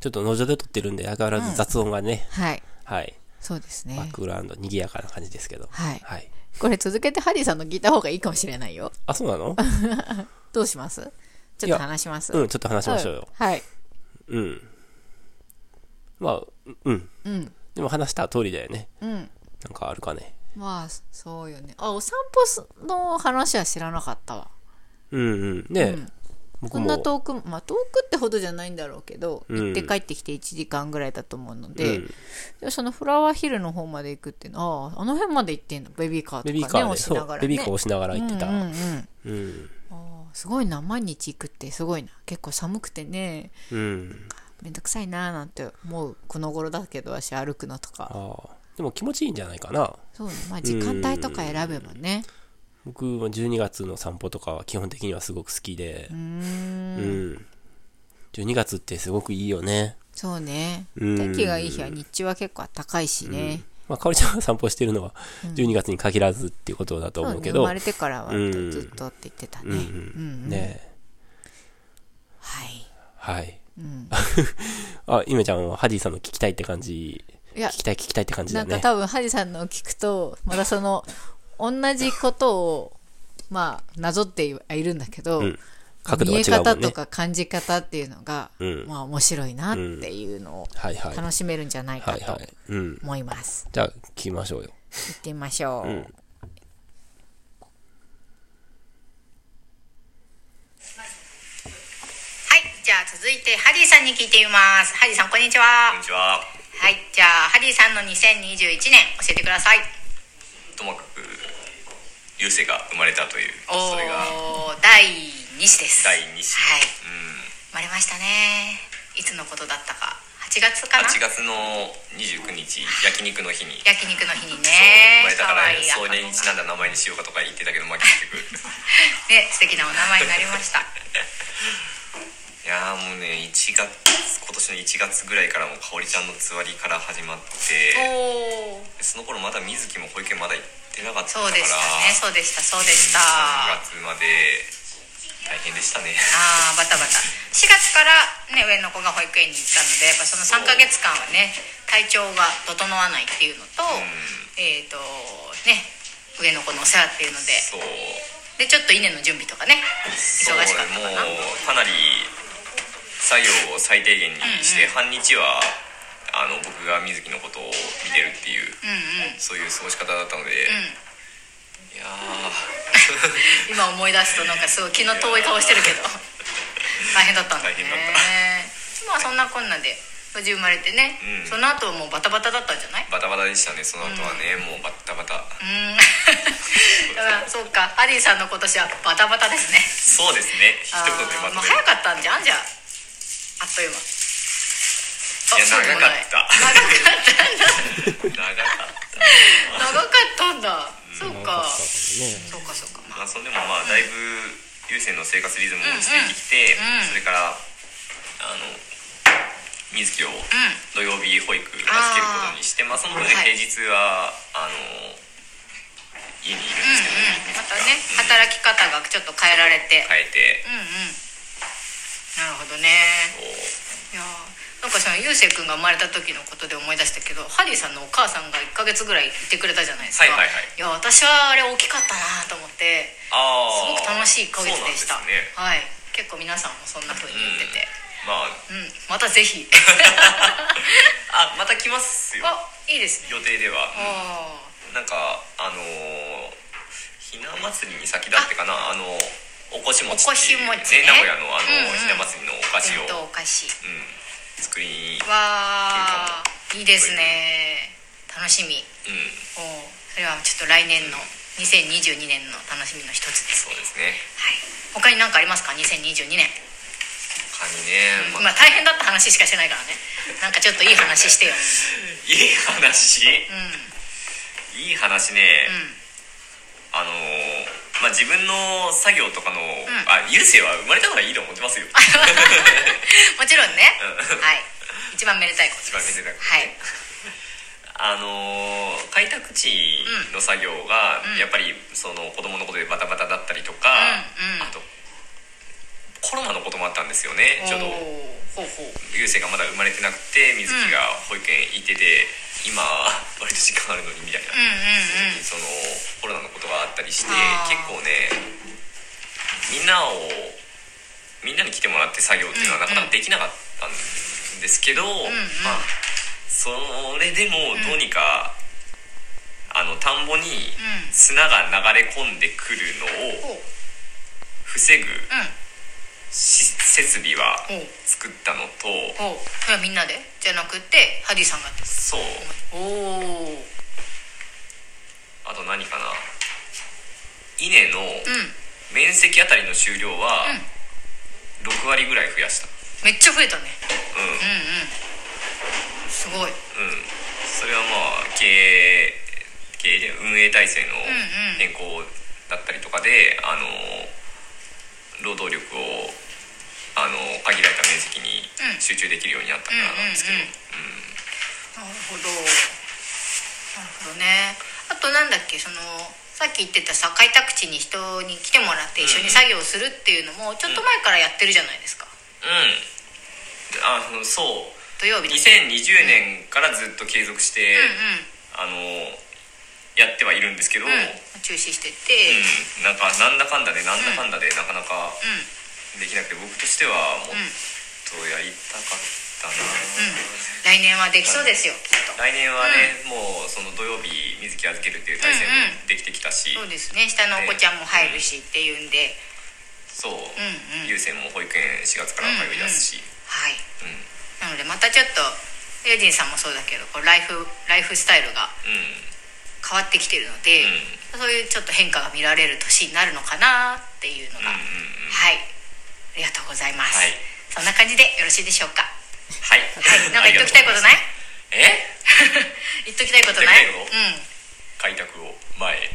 [SPEAKER 2] ちょっと農場で撮ってるんで、相変わらず雑音がね、
[SPEAKER 1] はい
[SPEAKER 2] はい、
[SPEAKER 1] そうです
[SPEAKER 2] バッ
[SPEAKER 1] ね
[SPEAKER 2] クグラウンド、賑やかな感じですけど。
[SPEAKER 1] はい
[SPEAKER 2] はい。
[SPEAKER 1] これ続けてハリーさんの聞いた方がいいかもしれないよ
[SPEAKER 2] あ、そうなの
[SPEAKER 1] どうしますちょっと話します
[SPEAKER 2] うん、ちょっと話しましょうよ。
[SPEAKER 1] はい
[SPEAKER 2] うん。まあ、ううん。
[SPEAKER 1] うん
[SPEAKER 2] でも話した通りだよね。
[SPEAKER 1] うん
[SPEAKER 2] なんかあるかね。
[SPEAKER 1] まあそうよねあお散歩の話は知らなかったわ
[SPEAKER 2] うんうん。ね、
[SPEAKER 1] うん
[SPEAKER 2] 僕
[SPEAKER 1] そ
[SPEAKER 2] も。
[SPEAKER 1] んな遠くまあ遠くってほどじゃないんだろうけど、
[SPEAKER 2] うん
[SPEAKER 1] 行って帰ってきて1時間ぐらいだと思うので、
[SPEAKER 2] うん
[SPEAKER 1] でそのフラワーヒルの方まで行くっていうのはああの辺まで行ってんのベビーカーとか
[SPEAKER 2] ベ
[SPEAKER 1] ね
[SPEAKER 2] ビーカーで、
[SPEAKER 1] 押し
[SPEAKER 2] そ
[SPEAKER 1] ながら、
[SPEAKER 2] う、
[SPEAKER 1] ね、
[SPEAKER 2] ベビーカー押しながら行ってた。う
[SPEAKER 1] うんうんう
[SPEAKER 2] ん、
[SPEAKER 1] ん
[SPEAKER 2] うん。
[SPEAKER 1] あーすごいな毎日行くってすごいな結構寒くてねめんどくさいなーなんて思うこの頃だけど私歩くのとか
[SPEAKER 2] ああ。でも気持ちいいんじゃないかな。
[SPEAKER 1] そうねまあ時間帯とか選べばね
[SPEAKER 2] 僕も12月の散歩とかは基本的にはすごく好きで。うん,、12月ってすごくいいよね。
[SPEAKER 1] そうね
[SPEAKER 2] うん
[SPEAKER 1] 天気がいい日は日中は結構暖かいしね
[SPEAKER 2] まあ、かおりちゃんが散歩してるのは、12月に限らずっていうことだと思うけ
[SPEAKER 1] 生
[SPEAKER 2] ど、
[SPEAKER 1] まれてからは
[SPEAKER 2] うん
[SPEAKER 1] ずっとって言ってたね。
[SPEAKER 2] うん
[SPEAKER 1] う
[SPEAKER 2] うんん。ねえ
[SPEAKER 1] はい。
[SPEAKER 2] はい。 あ、ゆめちゃんはハディさんの聞きたいって感じ、
[SPEAKER 1] いや
[SPEAKER 2] 聞きたい聞きたいって感じ
[SPEAKER 1] な
[SPEAKER 2] だ
[SPEAKER 1] んか
[SPEAKER 2] ね。
[SPEAKER 1] 多分ハジさんのを聞くとまだその同じことをまあなぞってはいるんだけど、
[SPEAKER 2] うん角度
[SPEAKER 1] 見
[SPEAKER 2] が
[SPEAKER 1] え
[SPEAKER 2] 違うも
[SPEAKER 1] 方
[SPEAKER 2] んね
[SPEAKER 1] と。か感じ方っていうのが、
[SPEAKER 2] うん
[SPEAKER 1] まあ面白いなっていうのを
[SPEAKER 2] はいはい。
[SPEAKER 1] 楽しめるんじゃないか
[SPEAKER 2] はい
[SPEAKER 1] と
[SPEAKER 2] はい。うん。
[SPEAKER 1] 思います。
[SPEAKER 2] じゃあ、聞きましょうよ。
[SPEAKER 1] 行ってみましょう。
[SPEAKER 3] はい、じゃあ続いてハリーさんに聞いてみます。ハリーさん、こんにちは。
[SPEAKER 5] こんにちは。
[SPEAKER 3] はい、じゃあハリーさんの2021年教えてください。
[SPEAKER 5] ともかく、優勢が生まれたという、それが
[SPEAKER 3] おー、第2子です。
[SPEAKER 5] 第2子。
[SPEAKER 3] はい、
[SPEAKER 5] うん
[SPEAKER 3] 生まれましたね。いつのことだったか。8月かな
[SPEAKER 5] 8月の29日焼肉の日に
[SPEAKER 3] 焼肉の日に
[SPEAKER 5] そう生
[SPEAKER 3] ね。
[SPEAKER 5] まれたから
[SPEAKER 3] 可愛い
[SPEAKER 5] それにちなん
[SPEAKER 3] だ。
[SPEAKER 5] だ名前にしようかとか言ってたけどまあ結局
[SPEAKER 3] ね、素敵なお名前になりました。
[SPEAKER 5] いやーもうね1月今年の1月ぐらいからもうかおりちゃんのつわりから始まって
[SPEAKER 3] おー、
[SPEAKER 5] その頃まだ水木も保育園まだ行ってなかった
[SPEAKER 3] そ
[SPEAKER 5] から
[SPEAKER 3] うでしたね。そうでした、そうでした。
[SPEAKER 5] 3月まで大変でしたね
[SPEAKER 3] あーバタバタ4月からね上の子が保育園に行ったのでやっぱその3ヶ月間はね体調が整わないっていうのと、えっ、とね上の子のお世話っていうので
[SPEAKER 5] そう
[SPEAKER 3] でちょっと稲の準備とかね忙し
[SPEAKER 5] そ
[SPEAKER 3] か
[SPEAKER 5] う
[SPEAKER 3] ったか
[SPEAKER 5] もう
[SPEAKER 3] な
[SPEAKER 5] かなり作業を最低限にして、半日はあの僕が水木のことを見てるっていう、
[SPEAKER 3] うんうん
[SPEAKER 5] そういう過ごし方だったので、
[SPEAKER 3] ん
[SPEAKER 5] いやー
[SPEAKER 3] 今思い出すとなんかすごい気の遠い顔してるけど 大変だったんだね
[SPEAKER 5] 大変だっ
[SPEAKER 3] まあそんなこんなで無事生まれてね、
[SPEAKER 5] うん
[SPEAKER 3] その後はもうバタバタだったんじゃない
[SPEAKER 5] バタバタでしたねその後はね、もうバッタバタ
[SPEAKER 3] うん だからそうかハリーさんの今年はバタバタですね
[SPEAKER 5] そうですね一
[SPEAKER 3] あ
[SPEAKER 5] 言で
[SPEAKER 3] ー
[SPEAKER 5] まと
[SPEAKER 3] まあ、
[SPEAKER 5] め
[SPEAKER 3] 早
[SPEAKER 5] る
[SPEAKER 3] かったんじゃんじゃああっという間
[SPEAKER 5] いや
[SPEAKER 3] あそうでもない
[SPEAKER 5] 長かった
[SPEAKER 3] 長かっ
[SPEAKER 5] 長かった
[SPEAKER 3] たんだ長かったんだそうか
[SPEAKER 2] ね。
[SPEAKER 3] そうかそうかまあ
[SPEAKER 5] まあそれでもまあだいぶ優先の生活リズムも落ち着いてきて、
[SPEAKER 3] うんうん
[SPEAKER 5] それからあの水木を
[SPEAKER 3] ん
[SPEAKER 5] 土曜日保育預けることにしてまあその分ね
[SPEAKER 3] はい
[SPEAKER 5] 平日はあの家にいるんですけ
[SPEAKER 3] ま
[SPEAKER 5] ど、
[SPEAKER 3] たね働き方がちょっと変えられて、
[SPEAKER 5] 変えて
[SPEAKER 3] うんうんなるほどね
[SPEAKER 5] こう
[SPEAKER 3] いやーなんかそのゆうせいくんが生まれた時のことで思い出したけどハリーさんのお母さんが1ヶ月ぐらいいてくれたじゃないですか、
[SPEAKER 5] はいはいはい
[SPEAKER 3] や私はあれ大きかったなと思って
[SPEAKER 5] あ
[SPEAKER 3] すごく
[SPEAKER 5] ー
[SPEAKER 3] 楽しい1ヶ月でした
[SPEAKER 5] そうなんですね
[SPEAKER 3] はい結構皆さんもそんな風に言ってて、
[SPEAKER 5] まあ
[SPEAKER 3] うん、またぜ ひ
[SPEAKER 5] あまた来ますよ
[SPEAKER 3] あいいですね
[SPEAKER 5] 予定では、うん
[SPEAKER 3] あ
[SPEAKER 5] なんかあのーひな祭りに先だってかなあのおこし餅ってい
[SPEAKER 3] お
[SPEAKER 5] う
[SPEAKER 3] こし餅ね
[SPEAKER 5] 名古屋のあの、
[SPEAKER 3] うんうん
[SPEAKER 5] ひな祭りのお菓
[SPEAKER 3] ー
[SPEAKER 5] 子
[SPEAKER 3] 伝統お
[SPEAKER 5] を、
[SPEAKER 3] 菓子
[SPEAKER 5] うん、作りに、うん、
[SPEAKER 3] わーいいですね楽しみおーそれはちょっと来年の2022年の楽しみの一つです
[SPEAKER 5] そうですね
[SPEAKER 3] はい他に何かありますか2022年
[SPEAKER 5] 他にね、ま
[SPEAKER 3] 今
[SPEAKER 5] あ、
[SPEAKER 3] 大変だった話しかしてないからねなんかちょっといい話 してよ
[SPEAKER 5] いい話
[SPEAKER 3] うんうん
[SPEAKER 5] いい話ね、あのーまあ、自分の作業とかの、あ優勢は生まれたからいいと思ってますよ
[SPEAKER 3] もちろんね、
[SPEAKER 5] うん
[SPEAKER 3] はい一番めでたいことです
[SPEAKER 5] 一番めでたいこと
[SPEAKER 3] はい
[SPEAKER 5] あのー開拓地の作業が、やっぱりその子供のことでバタバタだったりとか、
[SPEAKER 3] うんうん
[SPEAKER 5] あとコロナのこともあったんですよねちょうど
[SPEAKER 3] おーほうほう
[SPEAKER 5] 流星がまだ生まれてなくて水木が保育園行ってて、今割と時間あるのにみたいな、
[SPEAKER 3] うんうんうん
[SPEAKER 5] そのコロナのことがあったりして
[SPEAKER 3] あー
[SPEAKER 5] 結構ねみんなをみんなに来てもらって作業っていうのはなかなかできなかったんですけど、まあそれでもどうにか、あの田んぼに
[SPEAKER 3] うん
[SPEAKER 5] 砂が流れ込んでくるのを
[SPEAKER 3] ほう
[SPEAKER 5] 防ぐ
[SPEAKER 3] うん
[SPEAKER 5] し設備は
[SPEAKER 3] おう
[SPEAKER 5] 作ったのと、
[SPEAKER 3] おうそれはみんなでじゃなくてハディさんがです
[SPEAKER 5] そう
[SPEAKER 3] おお
[SPEAKER 5] あと何かな稲の
[SPEAKER 3] うん
[SPEAKER 5] 面積あたりの収量は
[SPEAKER 3] ん
[SPEAKER 5] 6割ぐらい増やした
[SPEAKER 3] めっちゃ増えたね
[SPEAKER 5] うんう
[SPEAKER 3] うん
[SPEAKER 5] ん
[SPEAKER 3] うんすごい
[SPEAKER 5] それはまあ経営経営で運営体制の
[SPEAKER 3] んうん
[SPEAKER 5] 変更だったりとかで、あの労働力をあの限られた面積に
[SPEAKER 3] うん
[SPEAKER 5] 集中できるようになったからなんですけど、
[SPEAKER 3] うんなるほどほどねあとなんだっけそのさっき言ってたさ開拓地に人に来てもらって一緒に作業するっていうのもちょっと前からやってるじゃないですか、
[SPEAKER 5] うんあのそう
[SPEAKER 3] 土曜日の
[SPEAKER 5] 2020年からずっと継続して、
[SPEAKER 3] うん
[SPEAKER 5] あのやってはいるんですけど、
[SPEAKER 3] う
[SPEAKER 5] う
[SPEAKER 3] ん
[SPEAKER 5] ん
[SPEAKER 3] うん中止してて
[SPEAKER 5] なんかなんだかんだでなんだかんだでなかなか
[SPEAKER 3] うん、
[SPEAKER 5] できなくて僕としてはもっ
[SPEAKER 3] うん
[SPEAKER 5] とやりたかったな、
[SPEAKER 3] 来年はできそうですよきっと
[SPEAKER 5] 来年はね、もうその土曜日水木預けるっていう体制
[SPEAKER 3] うんう
[SPEAKER 5] もできてきたし、
[SPEAKER 3] そうですね下のお子ちゃんも入るしっていうんで
[SPEAKER 5] そ
[SPEAKER 3] う
[SPEAKER 5] う、
[SPEAKER 3] んうん
[SPEAKER 5] 優先も保育園4月から通い出すし、
[SPEAKER 3] はい
[SPEAKER 5] うん
[SPEAKER 3] なのでまたちょっとエイジンさんもそうだけどこうライフライフスタイルが
[SPEAKER 5] うん
[SPEAKER 3] 変わってきてるので、そういうちょっと変化が見られる年になるのかなっていう
[SPEAKER 4] Mm-hmm.
[SPEAKER 3] のが、
[SPEAKER 5] うんうんうん
[SPEAKER 3] はいありがとうございます、
[SPEAKER 5] はい
[SPEAKER 3] そんな感じでよろしいでしょうか
[SPEAKER 5] はい、
[SPEAKER 3] はいなんか言っときたいことない
[SPEAKER 5] え
[SPEAKER 3] 言っときたいこと ない
[SPEAKER 5] 言っとき
[SPEAKER 3] うん
[SPEAKER 5] 開拓を前へ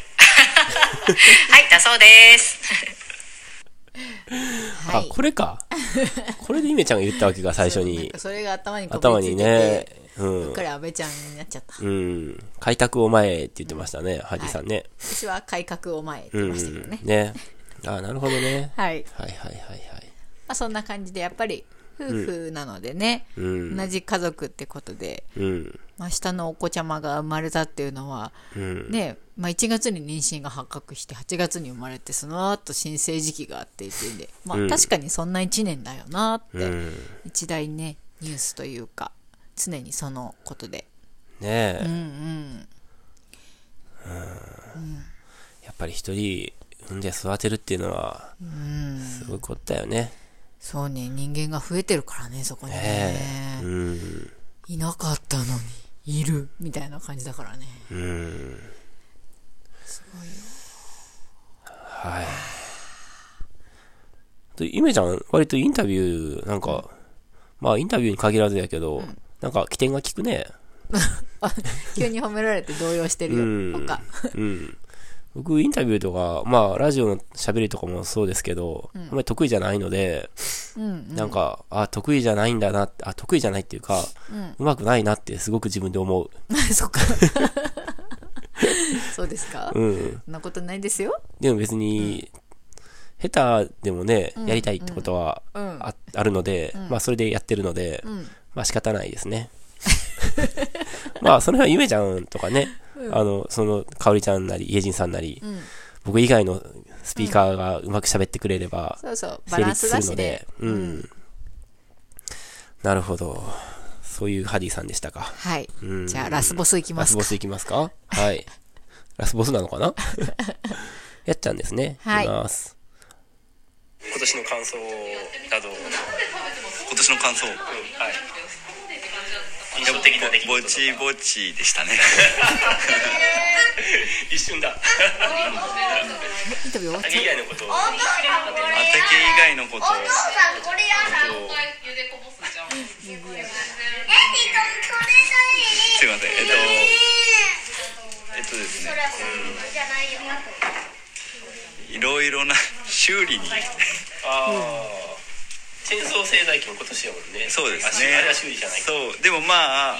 [SPEAKER 3] はいだそうです
[SPEAKER 1] は
[SPEAKER 2] あ、
[SPEAKER 1] い
[SPEAKER 2] こ れか。これでゆめちゃんが言ったわけが最初
[SPEAKER 1] なん
[SPEAKER 2] に
[SPEAKER 1] か。それが頭にこびりつい
[SPEAKER 2] 頭
[SPEAKER 1] て
[SPEAKER 2] に
[SPEAKER 1] て
[SPEAKER 2] ね。う
[SPEAKER 1] うっ
[SPEAKER 2] ん
[SPEAKER 1] か。り安倍ちゃんになっちゃった
[SPEAKER 2] うん。開拓を前へって言ってましたね、ハギさんね。
[SPEAKER 1] 私は改革を前って
[SPEAKER 2] う
[SPEAKER 1] 言い
[SPEAKER 2] ん
[SPEAKER 1] ましたけどね、。
[SPEAKER 2] ね。あ、なるほどね。
[SPEAKER 1] はい、
[SPEAKER 2] はいはいはいはい。
[SPEAKER 1] まあ、そんな感じでやっぱり夫婦なのでね、
[SPEAKER 2] うん
[SPEAKER 1] 同じ家族ってことで、
[SPEAKER 2] うん。
[SPEAKER 1] まあ、下のお子ちゃまが生まれたっていうのは、
[SPEAKER 2] うん。
[SPEAKER 1] ねまあ、1月に妊娠が発覚して8月に生まれてその後新生時期があってっていうんで、まあ、
[SPEAKER 2] うん
[SPEAKER 1] 確かにそんな1年だよなっ
[SPEAKER 2] う
[SPEAKER 1] て、
[SPEAKER 2] ん。
[SPEAKER 1] 一大ねニュースというか常にそのことで
[SPEAKER 2] ねえ、
[SPEAKER 1] うんうん
[SPEAKER 2] やっぱり一人産んで育てるっていうのは、すごいことだよね。
[SPEAKER 1] そうね人間が増えてるからねそこにね、
[SPEAKER 2] ねえ。うん。
[SPEAKER 1] いなかったのにいるみたいな感じだからね
[SPEAKER 2] うん。すごいよ。はい。で、ゆめちゃん、割とインタビュー、なんか、まあ、インタビューに限らずやけど、なんか、起点が効くね。
[SPEAKER 1] あ急に褒められて動揺してる
[SPEAKER 2] う
[SPEAKER 1] よ、
[SPEAKER 2] ん。
[SPEAKER 1] なんか
[SPEAKER 2] うん。僕、インタビューとか、まあ、ラジオの喋りとかもそうですけど、あんまり得意じゃないので、
[SPEAKER 1] うん
[SPEAKER 2] なんか、あ、得意じゃないんだなって、あ、得意じゃないっていうか、うまくないなって、すごく自分で思う。
[SPEAKER 1] うん そっ かそうですか、
[SPEAKER 2] うん。
[SPEAKER 1] そんなことないですよ
[SPEAKER 2] でも別に、下手でもね、やりたいってことは
[SPEAKER 1] うんうん
[SPEAKER 2] ああるので、まあそれでやってるので、まあ仕方ないですね。 まあその辺はゆめちゃんとかね、あの、その、かおりちゃんなり、家人さんなり、僕以外のスピーカーがうまく喋ってくれれば、
[SPEAKER 1] そうそうバ
[SPEAKER 2] 成
[SPEAKER 1] ラン
[SPEAKER 2] 立
[SPEAKER 1] ス
[SPEAKER 2] す
[SPEAKER 1] だ
[SPEAKER 2] る
[SPEAKER 1] し
[SPEAKER 2] の
[SPEAKER 1] ね
[SPEAKER 2] で、うん。なるほど。そういうハディさんでしたか。
[SPEAKER 1] はい、
[SPEAKER 2] うん
[SPEAKER 1] じゃあラスボスいきま
[SPEAKER 2] ラス
[SPEAKER 1] す
[SPEAKER 2] ボ
[SPEAKER 1] か
[SPEAKER 2] スいきますかはい。ラスボスなの かなやっちゃんですね。
[SPEAKER 1] はい
[SPEAKER 2] きます。
[SPEAKER 5] 今年の感想など今年の感想、はい印象的な出来ぼちぼちで したね 一瞬だ
[SPEAKER 1] インタビュー終わっちゃ
[SPEAKER 5] 以外のこと
[SPEAKER 7] お父さんこれやだお父さんこれやだ
[SPEAKER 5] 畑以外のこ
[SPEAKER 7] え
[SPEAKER 5] と
[SPEAKER 7] ひどいこれだね
[SPEAKER 5] すいませんえっとえっとですね
[SPEAKER 7] じゃないよ
[SPEAKER 5] いろいろな修理にああ
[SPEAKER 8] チェーンソー製材機も今年やもんね
[SPEAKER 5] そうです
[SPEAKER 8] あ
[SPEAKER 5] ね
[SPEAKER 8] あれは修理じゃないか
[SPEAKER 5] そうでもまあ、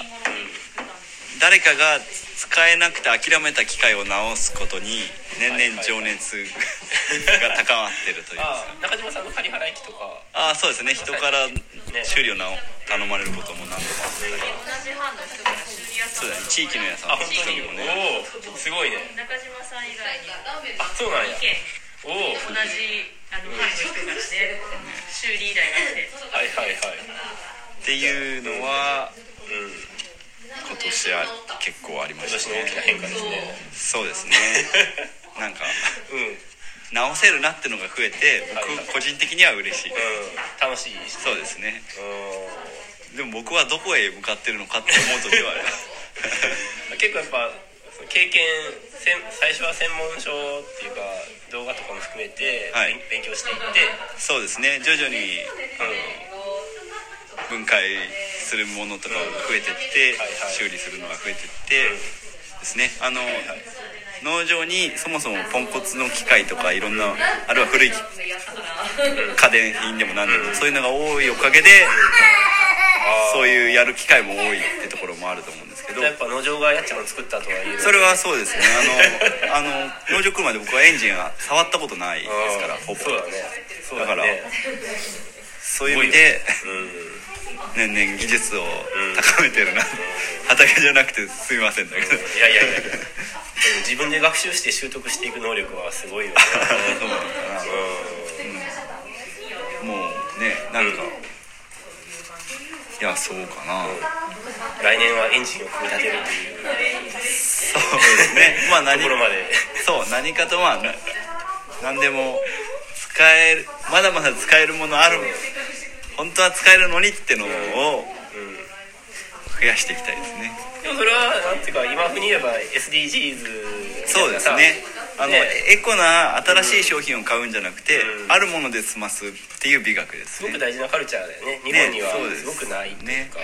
[SPEAKER 5] 誰かが使えなくて諦めた機械を直すことに年々情熱が高まってるという
[SPEAKER 8] ああ中島さんの仮払い機とか
[SPEAKER 5] ああそうですね人から修理を直頼まれることも何度もあったりそうだね地域の屋さんの人にもね
[SPEAKER 8] おおすごいね
[SPEAKER 9] 中島さん以外に
[SPEAKER 8] あそうなんやおお
[SPEAKER 9] 同じあの班の人がね修理依頼が来て
[SPEAKER 8] はいはいはい
[SPEAKER 5] っていうのは、今年は結構ありま
[SPEAKER 8] 今
[SPEAKER 5] し
[SPEAKER 8] 年
[SPEAKER 5] た
[SPEAKER 8] の大きな変
[SPEAKER 5] ね
[SPEAKER 8] 化ですね
[SPEAKER 5] そうですね なんか
[SPEAKER 8] うんうん
[SPEAKER 5] 直せるなってのが増えて僕個人的には嬉しい
[SPEAKER 8] 楽しいです
[SPEAKER 5] そうですね
[SPEAKER 8] う
[SPEAKER 5] でも僕はどこへ向かってるのかって思う時はあります
[SPEAKER 8] ん結構やっぱその経験せん最初は専門書っていうか動画とかも含めて、
[SPEAKER 5] はい
[SPEAKER 8] 勉強していって
[SPEAKER 5] そうですね徐々にあの分解するものとかが増えてって
[SPEAKER 8] はいはい
[SPEAKER 5] 修理するのが増えてってですねあの農場にそもそもポンコツの機械とかいろんなあるいは古い家電品でも何でもそういうのが多いおかげでそういうやる機会も多いってところもあると思うんです
[SPEAKER 8] けどやっぱ農場がやっちゃんの作ったとはいえ
[SPEAKER 10] それはそうですねあのあの農場来るまで僕はエンジンは触ったことないですからほぼ
[SPEAKER 8] そうだねそう
[SPEAKER 10] だ
[SPEAKER 8] だ
[SPEAKER 10] から
[SPEAKER 8] ね
[SPEAKER 10] そういう意味で
[SPEAKER 8] うん
[SPEAKER 10] 年々技術を高めてるな、畑じゃなくてすみませんだけど、
[SPEAKER 8] いやいやいやいやでも自分で学習して習得していく能力はすごいよね
[SPEAKER 10] そうなのかな、もうねなんか、いやそうかな、
[SPEAKER 8] 来年はエンジンを組み立てるという
[SPEAKER 10] そうですねまあ何
[SPEAKER 8] ところまで
[SPEAKER 10] そう何かとまあな何でも使えるまだまだ使えるものある本当は使えるのにってのを増やしていきたいですね
[SPEAKER 8] でもそれはなんていうか今風に言えば SDGs
[SPEAKER 10] そうですねあの
[SPEAKER 8] ね
[SPEAKER 10] エコな新しい商品を買うんじゃなくてあるもので済ますっていう美学です
[SPEAKER 8] すご
[SPEAKER 10] ね
[SPEAKER 8] く大事なカルチャーだよね日本には
[SPEAKER 10] そうですす
[SPEAKER 8] ごくないっていうか、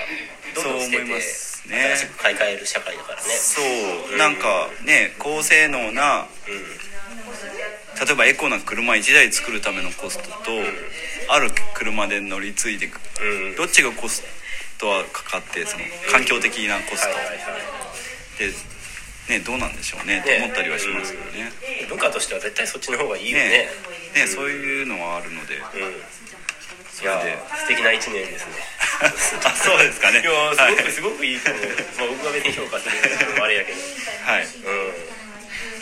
[SPEAKER 8] どん
[SPEAKER 10] そう
[SPEAKER 8] どん
[SPEAKER 10] 思
[SPEAKER 8] 捨て
[SPEAKER 10] いま
[SPEAKER 8] て
[SPEAKER 10] すね
[SPEAKER 8] 新しく買い替える社会だからね
[SPEAKER 10] そうなんかね高性能な例えばエコな車1台作るためのコストとある車で乗り継いでいく
[SPEAKER 8] うん
[SPEAKER 10] どっちがコストはかかってその環境的なコスト
[SPEAKER 8] はいはいはい
[SPEAKER 10] で、ね、どうなんでしょうねと思ったりはしますけどね
[SPEAKER 8] 文化としては絶対そっちの方がいいよね
[SPEAKER 10] ねねそういうのはあるので
[SPEAKER 8] うん、い
[SPEAKER 10] それ
[SPEAKER 8] や
[SPEAKER 10] で
[SPEAKER 8] 素敵な一年ですね
[SPEAKER 10] あそうですかね
[SPEAKER 8] いや
[SPEAKER 10] は
[SPEAKER 8] す
[SPEAKER 10] い
[SPEAKER 8] ごくすごくいいと思う、 まあ、僕が別に評価するのもあれやけど
[SPEAKER 10] はい、
[SPEAKER 8] うん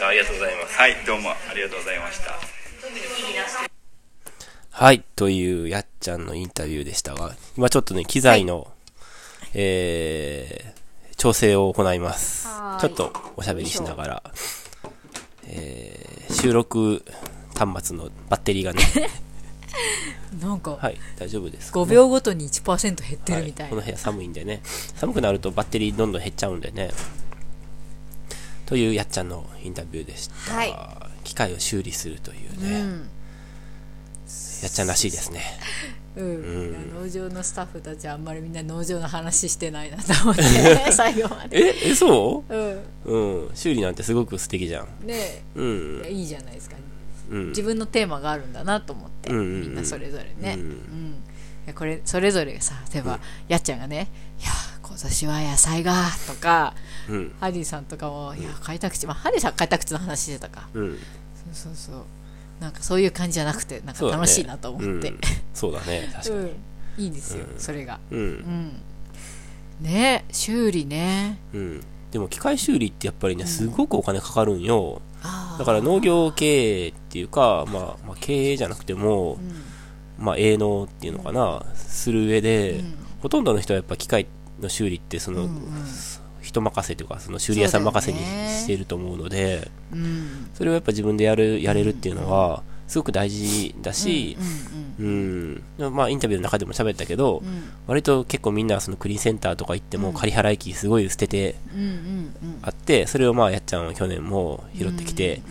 [SPEAKER 8] ありがとうございます
[SPEAKER 10] はい、どうもありがとうございました
[SPEAKER 2] はい、というやっちゃんのインタビューでしたが、今ちょっとね、機材の、えー、調整を行います
[SPEAKER 1] は。ー
[SPEAKER 2] ちょ
[SPEAKER 1] い
[SPEAKER 2] っとおしゃべりしながら、えー、収録端末のバッテリーがね、
[SPEAKER 1] なんか、
[SPEAKER 2] はい、大丈夫ですか、ね。
[SPEAKER 1] 5秒ごとに1%減ってるみた
[SPEAKER 2] はいこ
[SPEAKER 1] な、
[SPEAKER 2] の部屋寒いんでね、寒くなるとバッテリーどんどん減っちゃうんでね、というやっちゃんのインタビューでした。
[SPEAKER 1] はい
[SPEAKER 2] 機械を修理するというね、
[SPEAKER 1] うん
[SPEAKER 2] やっちゃんらしいで すね。
[SPEAKER 1] うん、
[SPEAKER 2] ん
[SPEAKER 1] いや農場のスタッフたちはあんまりみんな農場の話してないなと思って最後まで
[SPEAKER 2] え、え、そ
[SPEAKER 1] うん
[SPEAKER 2] ううん、修理なんてすごく素敵じゃん。
[SPEAKER 1] ね
[SPEAKER 2] うん
[SPEAKER 1] いや。いいじゃないですか
[SPEAKER 2] うん
[SPEAKER 1] 自分のテーマがあるんだなと思って、
[SPEAKER 2] うんうんうん
[SPEAKER 1] みんなそれぞれね、
[SPEAKER 2] う
[SPEAKER 1] うんんいやこれそれぞれさ例えば、やっちゃんがね「いや今年は野菜が」とか、
[SPEAKER 2] うん
[SPEAKER 1] ハリーさんとかも「いや開拓地」まあ、ハリーさんは開拓地の話してたか、
[SPEAKER 2] うん、
[SPEAKER 1] そうそうそうなんかそういう感じじゃなくてなんか
[SPEAKER 2] そうだね
[SPEAKER 1] 楽しいなと思って、
[SPEAKER 2] うんそうだね確か
[SPEAKER 1] う
[SPEAKER 2] に
[SPEAKER 1] んいいですよ、それが
[SPEAKER 2] うん、うん
[SPEAKER 1] うんね修理ね
[SPEAKER 2] でも機械修理ってやっぱりねすごくお金かかるんよ
[SPEAKER 1] あー
[SPEAKER 2] だから農業経営っていうか、まあ、まあ経営じゃなくても、まあ営農っていうのかなする上で、ほとんどの人はやっぱ機械の修理ってその、人任せというかその修理屋さん任せに
[SPEAKER 1] そうだよね
[SPEAKER 2] していると思うので
[SPEAKER 1] うん
[SPEAKER 2] それをやっぱ自分でやるやれるっていうのはすごく大事だし、
[SPEAKER 1] うんうん
[SPEAKER 2] うん、まあインタビューの中でも喋ったけど、割と結構みんなそのクリーンセンターとか行っても仮払い機すごい捨てて
[SPEAKER 1] うんうんうん
[SPEAKER 2] あって、それをまあやっちゃんは去年も拾ってきて、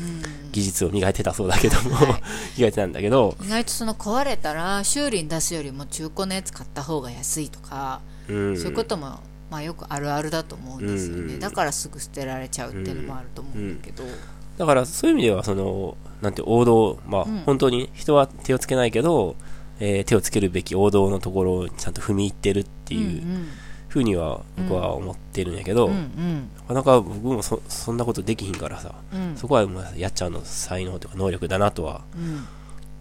[SPEAKER 2] 技術を磨いてたそうだけど も、磨いてたんだけど、
[SPEAKER 1] 意外とその壊れたら修理に出すよりも中古のやつ買った方が安いとか、
[SPEAKER 2] うん、
[SPEAKER 1] そういうことも、まあ、よくあるあるだと思うんですよね、
[SPEAKER 2] うんうん
[SPEAKER 1] だからすぐ捨てられちゃうっていうのもあると思うんだけど、
[SPEAKER 2] だからそういう意味ではその、なんて王道、まあ本当に人は手をつけないけど、えー手をつけるべき王道のところをちゃんと踏み入ってるっていううふうには僕は思ってるんやけど、
[SPEAKER 1] うん
[SPEAKER 2] なかなか僕もそそんなことできひんからさ、そこはまあやっちゃんの才能というか能力だなとは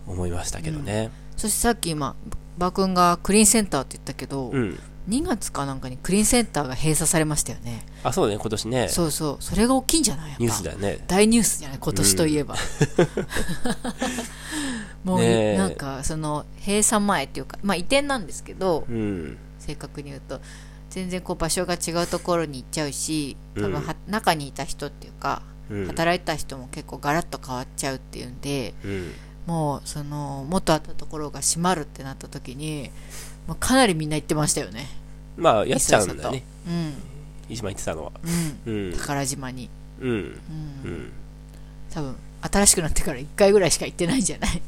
[SPEAKER 2] 思いましたけどね。
[SPEAKER 1] そしてさっき今馬くんがクリーンセンターって言ったけど、
[SPEAKER 2] うん。
[SPEAKER 1] 2月かなんかにクリーンセンターが閉鎖されましたよね
[SPEAKER 2] あ、そうね、今年ね、
[SPEAKER 1] そうそうそれが大きいんじゃないやっぱ
[SPEAKER 2] ニュースだよね。
[SPEAKER 1] 大ニュースじゃない今年といえば、もう、
[SPEAKER 2] ねえ
[SPEAKER 1] なんかその閉鎖前っていうかまあ移転なんですけど、
[SPEAKER 2] うん。
[SPEAKER 1] 正確に言うと全然こう場所が違うところに行っちゃうし多分は、中にいた人っていうか、
[SPEAKER 2] うん
[SPEAKER 1] 働いてた人も結構ガラッと変わっちゃうっていうんで
[SPEAKER 2] うん。
[SPEAKER 1] もうその元あったところが閉まるってなった時にもうかなりみんな行ってましたよね
[SPEAKER 2] まあ、やっちゃうんだよ
[SPEAKER 1] い
[SPEAKER 2] ね
[SPEAKER 1] っ。そいそ
[SPEAKER 2] 一番言ってたのは。
[SPEAKER 1] とう
[SPEAKER 2] う
[SPEAKER 1] ん
[SPEAKER 2] ん
[SPEAKER 1] うん。宝島に
[SPEAKER 2] うん。うん。
[SPEAKER 1] 多分新しくなってから1回ぐらいしか行ってないんじゃない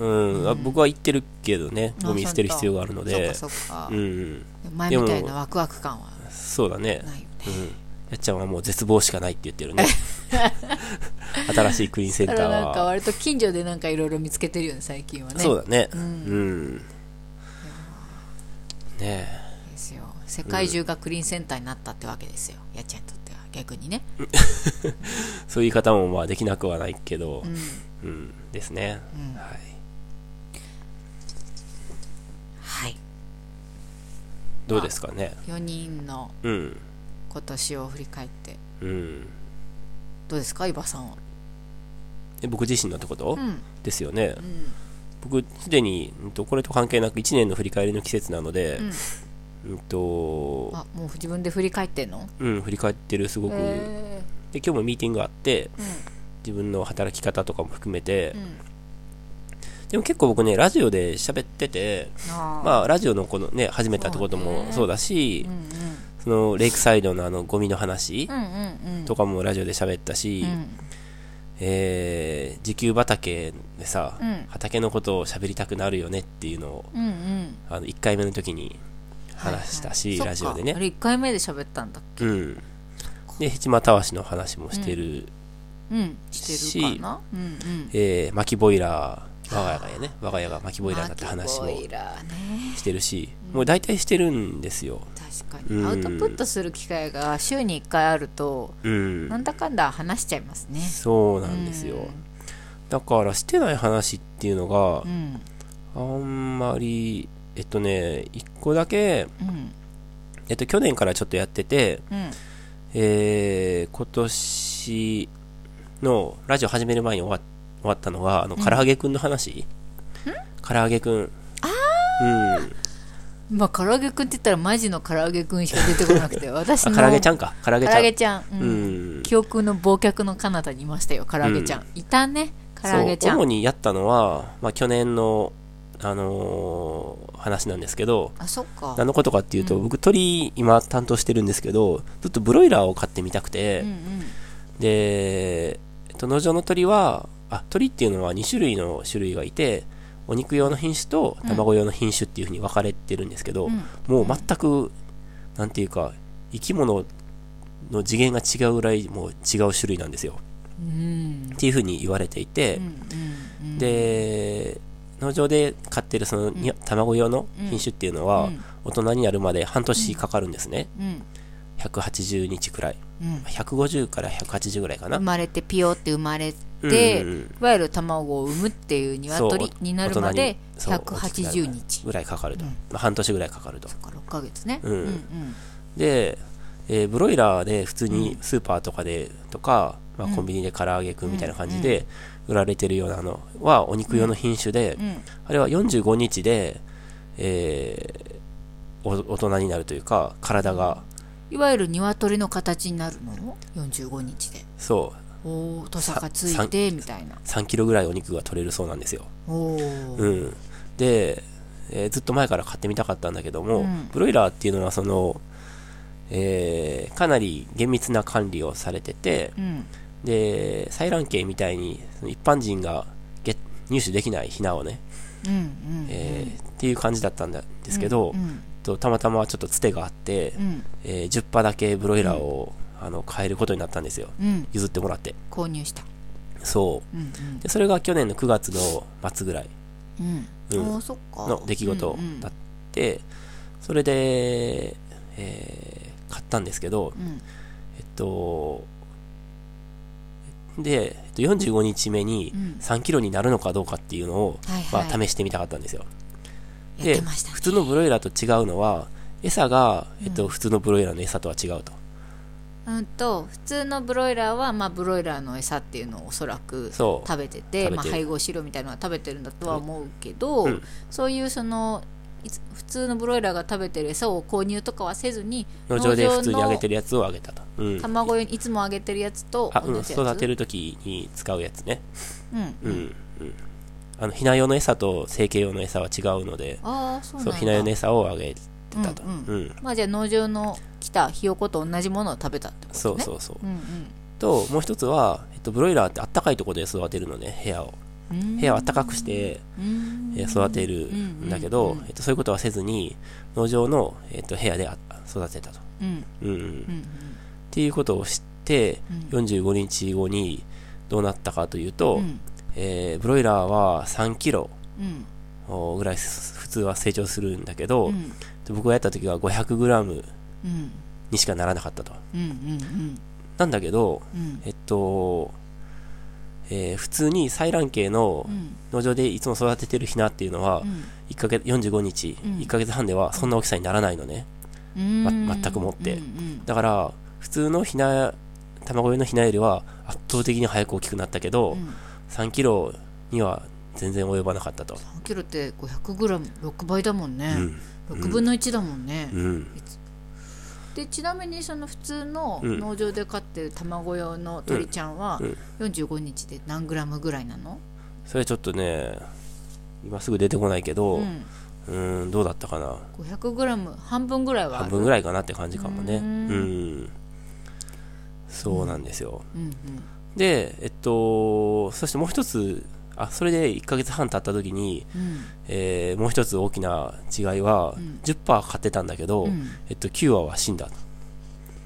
[SPEAKER 2] うん。あ僕は言ってるけどね、ゴミ捨てる必要があるので。
[SPEAKER 1] そうかそうか、
[SPEAKER 2] うんうん。
[SPEAKER 1] 前みたいなワクワク感は
[SPEAKER 2] そうだね。
[SPEAKER 1] ないよね
[SPEAKER 2] うん。やっちゃんはもう絶望しかないって言っ てるね。新しいクリーンセンタ
[SPEAKER 1] だ
[SPEAKER 2] ー
[SPEAKER 1] からなんか
[SPEAKER 2] は。
[SPEAKER 1] 割と近所でなんかいろいろ見つけてるよね最近はね
[SPEAKER 2] そうだね。うん。ねえ。
[SPEAKER 1] ですよ世界中がクリーンセンターになったってわけですよ、やっちゃんにとっては逆にね、
[SPEAKER 2] そういう言い方もまあできなくはないけど、
[SPEAKER 1] うん
[SPEAKER 2] うんですね、
[SPEAKER 1] うん
[SPEAKER 2] はい、
[SPEAKER 1] はい
[SPEAKER 2] どうですかね
[SPEAKER 1] 4人の
[SPEAKER 2] うん
[SPEAKER 1] 今年を振り返って
[SPEAKER 2] うん
[SPEAKER 1] どうですか伊庭さんは
[SPEAKER 2] え僕自身のってこと、
[SPEAKER 1] うん
[SPEAKER 2] ですよね
[SPEAKER 1] うん
[SPEAKER 2] 僕すでに、うんと、これと関係なく1年の振り返りの季節なので
[SPEAKER 1] うん、
[SPEAKER 2] うんと
[SPEAKER 1] あもう自分で振り返ってんの
[SPEAKER 2] うん、振り返ってるすごく、
[SPEAKER 1] へ
[SPEAKER 2] で今日もミーティングがあって
[SPEAKER 1] ー
[SPEAKER 2] 自分の働き方とかも含めて
[SPEAKER 1] う、んうん
[SPEAKER 2] でも結構僕ねラジオで喋ってて
[SPEAKER 1] ああ
[SPEAKER 2] まあラジオのこのね始めたってこともそうだし
[SPEAKER 1] うんうん
[SPEAKER 2] そのレイクサイドのあのゴミの話
[SPEAKER 1] うんうんうん
[SPEAKER 2] とかもラジオで喋ったし、
[SPEAKER 1] うん
[SPEAKER 2] えー、時給畑でさ、
[SPEAKER 1] うん
[SPEAKER 2] 畑のことを喋りたくなるよねっていうのを
[SPEAKER 1] うんうん
[SPEAKER 2] あの1回目の時に話したし、
[SPEAKER 1] そっか
[SPEAKER 2] ラジオで
[SPEAKER 1] あ
[SPEAKER 2] ね
[SPEAKER 1] れ1回目で喋ったんだっけ
[SPEAKER 2] うんでヘチマたわしの話もしてる、
[SPEAKER 1] うんしてるかなうんうん
[SPEAKER 2] えー、薪ボイラー、我が家がね、我が家が薪ボイラーになった話も
[SPEAKER 1] マキボイラーね
[SPEAKER 2] してるし、もう大体してるんですよ。
[SPEAKER 1] 確か
[SPEAKER 2] う
[SPEAKER 1] に
[SPEAKER 2] ん
[SPEAKER 1] アウトプットする機会が週に1回あると
[SPEAKER 2] うん
[SPEAKER 1] な。んだかんだ話しちゃいますね
[SPEAKER 2] そうなんですよ。だから、してない話っていうのが
[SPEAKER 1] う、ん
[SPEAKER 2] あんまり、えっとね、一個だけ、
[SPEAKER 1] うん
[SPEAKER 2] えっと、去年からちょっとやってて、
[SPEAKER 1] うん
[SPEAKER 2] えー、今年のラジオ始める前に終わ終わったのが、あの、唐揚げくんの話。唐揚げくん。あうん。
[SPEAKER 1] まあ唐揚げくんって言ったらマジの唐揚げくんしか出てこなくて私
[SPEAKER 2] あ、
[SPEAKER 1] の
[SPEAKER 2] 唐揚げちゃんか。唐揚げ
[SPEAKER 1] 唐
[SPEAKER 2] ち
[SPEAKER 1] 揚
[SPEAKER 2] ゃん
[SPEAKER 1] げ。ちゃん、うん
[SPEAKER 2] うん
[SPEAKER 1] 記憶の忘却の彼方にいましたよ唐揚げちゃん、いたね唐揚げちゃ
[SPEAKER 2] そう主
[SPEAKER 1] ん
[SPEAKER 2] にやったのは、まあ、去年の、あのー話なんですけど
[SPEAKER 1] あそっか
[SPEAKER 2] 何のことかっていうと、僕鳥今担当してるんですけどずっとブロイラーを飼ってみたくて、
[SPEAKER 1] うんうん
[SPEAKER 2] で、えっと、農場の鳥はあ鳥っていうのは2種類の種類がいてお肉用の品種と卵用の品種っていうふうに分かれてるんですけど、
[SPEAKER 1] ん
[SPEAKER 2] もう全くなんていうか生き物の次元が違うぐらいもう違う種類なんですよ
[SPEAKER 1] うん
[SPEAKER 2] っていうふうに言われていて、
[SPEAKER 1] うんうん
[SPEAKER 2] で農場で飼ってるそのに卵用の品種っていうのは
[SPEAKER 1] うん
[SPEAKER 2] 大人になるまで半年かかるんですね
[SPEAKER 1] うん
[SPEAKER 2] 180日くらい
[SPEAKER 1] うん
[SPEAKER 2] 150から180ぐらいかな
[SPEAKER 1] 生まれてピヨって生まれて、
[SPEAKER 2] うんうん
[SPEAKER 1] いわゆる卵を産むっていう鶏
[SPEAKER 2] そう
[SPEAKER 1] になるまで
[SPEAKER 2] 大人にそう大きくなる
[SPEAKER 1] 180
[SPEAKER 2] まで
[SPEAKER 1] 日
[SPEAKER 2] ぐらいかかると、まあ、半年ぐらいかかると
[SPEAKER 1] そっか6ヶ月ね、
[SPEAKER 2] うん
[SPEAKER 1] うん
[SPEAKER 2] で、えーブロイラーで普通にスーパーとかでとか、まあ、コンビニで唐揚げくんみたいな感じで売られてるようなのはお肉用の品種で、
[SPEAKER 1] ん
[SPEAKER 2] あれは45日で、えーお大人になるというか体が
[SPEAKER 1] いわゆる鶏の形になるの45日で
[SPEAKER 2] そう
[SPEAKER 1] おお土佐がついてみたいな
[SPEAKER 2] 3キロぐらいお肉が取れるそうなんですよ、
[SPEAKER 1] おー
[SPEAKER 2] うん、で、えーずっと前から買ってみたかったんだけども、
[SPEAKER 1] うん
[SPEAKER 2] ブロイラーっていうのはその、えーかなり厳密な管理をされてて、
[SPEAKER 1] うん
[SPEAKER 2] で採卵系みたいにその一般人がゲッ入手できないヒナをね、
[SPEAKER 1] うんうん
[SPEAKER 2] えーっていう感じだったんですけど、
[SPEAKER 1] うん
[SPEAKER 2] とたまたまちょっとつてがあって、
[SPEAKER 1] うん
[SPEAKER 2] えー10羽だけブロイラーを、あの買えることになったんですよ、
[SPEAKER 1] うん
[SPEAKER 2] 譲ってもらって
[SPEAKER 1] 購入した
[SPEAKER 2] そ
[SPEAKER 1] うん
[SPEAKER 2] うでそれが去年の9月の末ぐらい
[SPEAKER 1] うんう
[SPEAKER 2] うんん
[SPEAKER 1] おーそっか
[SPEAKER 2] の出来事
[SPEAKER 1] うん
[SPEAKER 2] だって、それで、えー買ったんですけど、
[SPEAKER 1] うん
[SPEAKER 2] えっとで、えっと、45日目に
[SPEAKER 1] うん
[SPEAKER 2] 3キロになるのかどうかっていうのを、
[SPEAKER 1] はいはい
[SPEAKER 2] まあ、試してみたかったんですよ
[SPEAKER 1] やってましたね
[SPEAKER 2] 普通のブロイラーと違うのは餌が、えっと、普通のブロイラーの餌とは違うと、
[SPEAKER 1] うんと普通のブロイラーは、まあ、ブロイラーの餌っていうのをおそらく食
[SPEAKER 2] そう
[SPEAKER 1] べてて
[SPEAKER 2] 食べてる
[SPEAKER 1] まあ、配合飼料みたいなのは食べてるんだとは思うけど、
[SPEAKER 2] うん
[SPEAKER 1] そういうそのいつ普通のブロイラーが食べてる餌を購入とかはせずに
[SPEAKER 2] 農場で普通にあげて
[SPEAKER 1] る
[SPEAKER 2] るやつをあげたと、うん、
[SPEAKER 1] 卵用にいつもあげてるやつと
[SPEAKER 2] あ、
[SPEAKER 1] 同
[SPEAKER 2] うん、
[SPEAKER 1] じやつ
[SPEAKER 2] 育てる時に使うやつね
[SPEAKER 1] うん
[SPEAKER 2] うん、うん、あのひな用の餌と成形用の餌は違うので
[SPEAKER 1] ああそうなん
[SPEAKER 2] そう
[SPEAKER 1] だ
[SPEAKER 2] ひな用の餌をあげてたと、
[SPEAKER 1] うん
[SPEAKER 2] うん
[SPEAKER 1] まあじゃあ農場の来たひよこと同じものを食べたってことね
[SPEAKER 2] そうそうそう、
[SPEAKER 1] うん
[SPEAKER 2] ともう一つは、えっと、ブロイラーってあったかいところで育てるのね部屋を
[SPEAKER 1] うん
[SPEAKER 2] 部屋をあったかくして
[SPEAKER 1] うん
[SPEAKER 2] えー育てるんだけど、えっと、そういうことはせずに農場の、えっと、部屋であ育てたと、
[SPEAKER 1] うん
[SPEAKER 2] うんうんっていうことをして、45日後にどうなったかというと、
[SPEAKER 1] うん
[SPEAKER 2] えーブロイラーは3キロ
[SPEAKER 1] うん
[SPEAKER 2] ぐらい普通は成長するんだけど、
[SPEAKER 1] うん
[SPEAKER 2] で僕がやった時は 500g
[SPEAKER 1] うん
[SPEAKER 2] にしかならなかったと。
[SPEAKER 1] うんうん
[SPEAKER 2] なんだけど、
[SPEAKER 1] うん
[SPEAKER 2] えっと、えー普通に採卵系の
[SPEAKER 1] うん
[SPEAKER 2] 農場でいつも育ててるひなっていうのは、
[SPEAKER 1] ん
[SPEAKER 2] 1ヶ月45日、
[SPEAKER 1] うん
[SPEAKER 2] 1ヶ月半ではそんな大きさにならないのね。
[SPEAKER 1] うん
[SPEAKER 2] ま全くもって
[SPEAKER 1] うんうん
[SPEAKER 2] だから、普通のひな、卵用のひなよりは圧倒的に早く大きくなったけど、
[SPEAKER 1] ん
[SPEAKER 2] 3キロには全然及ばなかったと。
[SPEAKER 1] 3キロって 500g6 倍だもんね、
[SPEAKER 2] うん
[SPEAKER 1] 6分の1だもんね、
[SPEAKER 2] うん。
[SPEAKER 1] でちなみにその普通の
[SPEAKER 2] うん
[SPEAKER 1] 農場で飼ってる卵用の鳥ちゃんは
[SPEAKER 2] うんうん
[SPEAKER 1] 45日で何グラムぐらいなの、
[SPEAKER 2] それちょっとね、今すぐ出てこないけど、
[SPEAKER 1] う、
[SPEAKER 2] うんーん、どうだったかな。
[SPEAKER 1] 500g 半分ぐらいはある
[SPEAKER 2] 半分ぐらいかなって感じかもね。
[SPEAKER 1] う
[SPEAKER 2] うんん。そうなんですよ。
[SPEAKER 1] うん
[SPEAKER 2] で、えっと、そしてもう一つ、あ、それで1ヶ月半経った時に、
[SPEAKER 1] うんうん
[SPEAKER 2] えーもう一つ大きな違いは、10%買ってたんだけど、
[SPEAKER 1] うん
[SPEAKER 2] えっと、9羽は死んだ。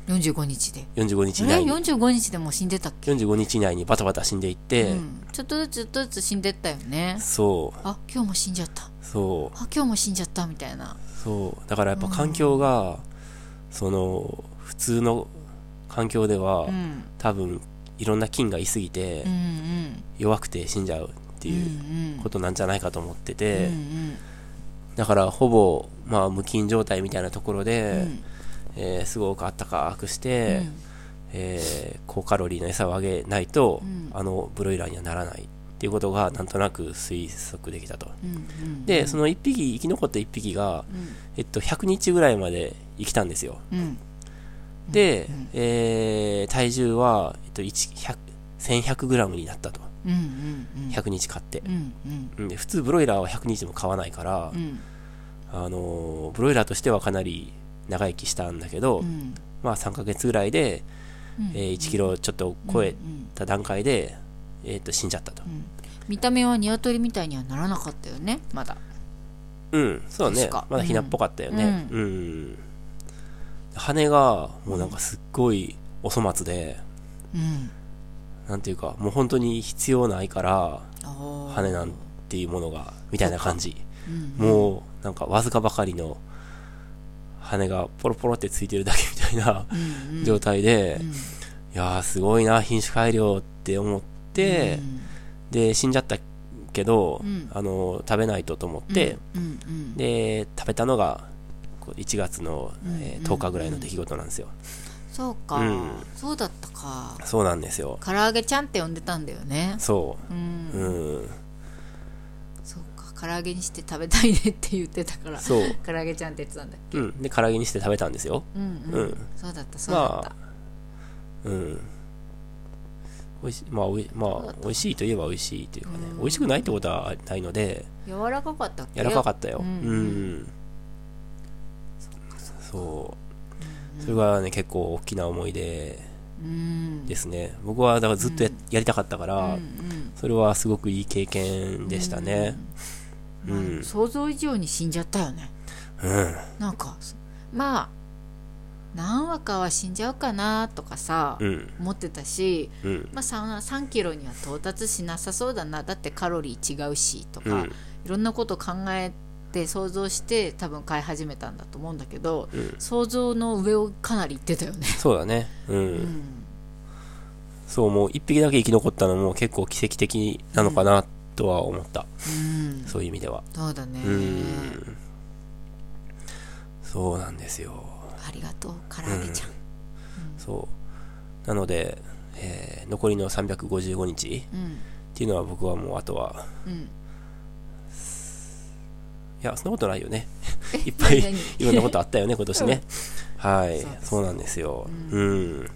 [SPEAKER 1] 45日で
[SPEAKER 2] 45日
[SPEAKER 1] え
[SPEAKER 2] 以内に。
[SPEAKER 1] 45日でもう死んでたっけ、
[SPEAKER 2] 45日以内にバタバタ死んでいって、
[SPEAKER 1] うん、ちょっとずつちょっとずつ死んでったよね
[SPEAKER 2] そう、
[SPEAKER 1] あ今日も死んじゃった
[SPEAKER 2] そう、
[SPEAKER 1] あ今日も死んじゃったみたいな
[SPEAKER 2] そうだからやっぱ環境が、その普通の環境では、
[SPEAKER 1] うん
[SPEAKER 2] 多分いろんな菌がいすぎて、
[SPEAKER 1] うんうん
[SPEAKER 2] 弱くて死んじゃうっていう
[SPEAKER 1] うん
[SPEAKER 2] ことなんじゃないかと思って
[SPEAKER 1] うんう
[SPEAKER 2] て、
[SPEAKER 1] ん
[SPEAKER 2] だからほぼ、まあ、無菌状態みたいなところで、
[SPEAKER 1] うん
[SPEAKER 2] えーすごくあったかくして、
[SPEAKER 1] うん
[SPEAKER 2] えー高カロリーの餌をあげないと、
[SPEAKER 1] うん
[SPEAKER 2] あのブロイラーにはならないっていうことがなんとなく推測できたと。
[SPEAKER 1] うんうん
[SPEAKER 2] で、その1匹、生き残った1匹が、えっと、100日ぐらいまで生きたんですよ。
[SPEAKER 1] うん
[SPEAKER 2] で、えー体重は、えっと、100 1100グラムになったと。
[SPEAKER 1] うんうん
[SPEAKER 2] 100日買って
[SPEAKER 1] う。んうん
[SPEAKER 2] うんで普通ブロイラーは100日も買わないから、
[SPEAKER 1] うん
[SPEAKER 2] あのーブロイラーとしてはかなり長生きしたんだけど、
[SPEAKER 1] うん
[SPEAKER 2] まあ3ヶ月ぐらいで、
[SPEAKER 1] うん
[SPEAKER 2] えー1キロちょっと超えた段階で、えーっと死んじゃったと。
[SPEAKER 1] 見た目はニワトリみたいにはならなかったよねまだ
[SPEAKER 2] うん、そうだね
[SPEAKER 1] 確か。
[SPEAKER 2] まだヒナっぽかったよね。うん。羽が、もうなんかすっごいお粗末で、
[SPEAKER 1] うん
[SPEAKER 2] なんていうか、もう本当に必要ないから、
[SPEAKER 1] ああ
[SPEAKER 2] 羽なんていうものが、みたいな感じ。
[SPEAKER 1] うん
[SPEAKER 2] もう、なんかわずかばかりの羽がポロポロってついてるだけみたいな
[SPEAKER 1] うんうん
[SPEAKER 2] 状態で、
[SPEAKER 1] うん
[SPEAKER 2] いやーすごいな、品種改良って思って、で、死んじゃったけど、
[SPEAKER 1] うん
[SPEAKER 2] あの、食べないとと思って、
[SPEAKER 1] うんうん
[SPEAKER 2] で食べたのがこう1月の、えー
[SPEAKER 1] うん
[SPEAKER 2] 10日ぐらいの出来事なんですよ、
[SPEAKER 1] そうか
[SPEAKER 2] うん
[SPEAKER 1] そうだったか
[SPEAKER 2] そうなんですよ
[SPEAKER 1] 唐揚げちゃんって呼んでたんだよね
[SPEAKER 2] そうう、
[SPEAKER 1] ん
[SPEAKER 2] うん、
[SPEAKER 1] そうか唐揚げにして食べたいねって言ってたから
[SPEAKER 2] そう
[SPEAKER 1] 唐揚げちゃんって言ってたんだっけ
[SPEAKER 2] うん、で唐揚げにして食べたんですよ
[SPEAKER 1] うん
[SPEAKER 2] う、
[SPEAKER 1] うんんそうだったそうだっ
[SPEAKER 2] まあ
[SPEAKER 1] た
[SPEAKER 2] うんおいしまあおいまあ美味しいといえば美味しいというかね、
[SPEAKER 1] うん
[SPEAKER 2] 美味しくないってことはないので
[SPEAKER 1] 柔らかかったっけ
[SPEAKER 2] 柔らかかったよ
[SPEAKER 1] う
[SPEAKER 2] うんん、そうそれがね結構大きな思い出
[SPEAKER 1] うん
[SPEAKER 2] ですね僕はだからずっとや,、やりたかったから、
[SPEAKER 1] うん
[SPEAKER 2] それはすごくいい経験でしたね
[SPEAKER 1] うんまあ
[SPEAKER 2] うん
[SPEAKER 1] 想像以上に死んじゃったよね
[SPEAKER 2] うん
[SPEAKER 1] なんかそまあ何羽かは死んじゃうかなとかさ、
[SPEAKER 2] うん
[SPEAKER 1] 思ってたし、
[SPEAKER 2] うん
[SPEAKER 1] まあ、3, 3キロには到達しなさそうだなだってカロリー違うしとか、
[SPEAKER 2] うん
[SPEAKER 1] いろんなこと考えて想像して多分飼い始めたんだと思うんだけど、
[SPEAKER 2] うん
[SPEAKER 1] 想像の上をかなりいってたよね。
[SPEAKER 2] そうだね。うん。
[SPEAKER 1] うん
[SPEAKER 2] そう、もう一匹だけ生き残ったのも結構奇跡的なのかなとは思った。
[SPEAKER 1] うん
[SPEAKER 2] そういう意味では。
[SPEAKER 1] そうだね、
[SPEAKER 2] うん。そうなんですよ。
[SPEAKER 1] ありがとう唐揚げちゃん、
[SPEAKER 2] そう。なので、えー残りの355日っ
[SPEAKER 1] うん
[SPEAKER 2] ていうのは僕はもうあとは、
[SPEAKER 1] うん
[SPEAKER 2] いや、そんなことない よね。いっぱい
[SPEAKER 1] 何々
[SPEAKER 2] いろんなこと あったよね、今年ね。はい
[SPEAKER 1] そうで。す
[SPEAKER 2] そうなんですよ。うん。